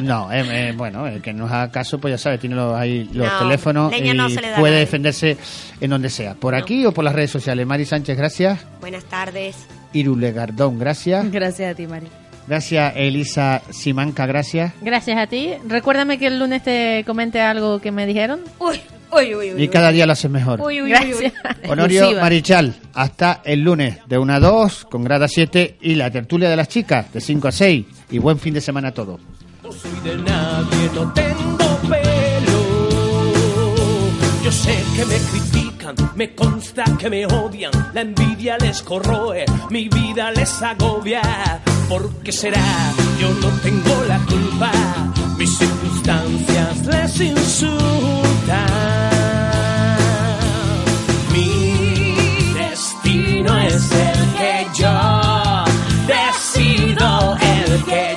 S2: No, eh, eh, bueno, el que nos haga caso, pues ya sabe, tiene los, ahí los
S4: No,
S2: teléfonos
S4: leña
S2: y
S4: no se le da a
S2: puede
S4: nadie.
S2: defenderse en donde sea, por aquí o por las redes sociales. Mari Sánchez, gracias.
S4: Buenas tardes.
S2: Irule Gardón, gracias.
S5: Gracias a ti, Mari.
S2: Gracias, Elisa Simanca, gracias.
S3: Gracias a ti. Recuérdame que el lunes te comente algo que me dijeron.
S4: Uy, uy, uy, uy.
S2: Y cada día lo haces mejor.
S4: Uy, uy, uy, uy.
S3: Gracias.
S2: Honorio
S3: Exclusiva.
S2: Marichal, hasta el lunes de 1 a 2 con grada 7 y la tertulia de las chicas de 5 a 6. Y buen fin de semana a todos.
S1: de nadie, no tengo pelo. Yo sé que me critican, me consta que me odian, la envidia les corroe, mi vida les agobia. ¿Por qué será? Yo no tengo la culpa, mis circunstancias les insultan. Mi destino es el que yo decido, el que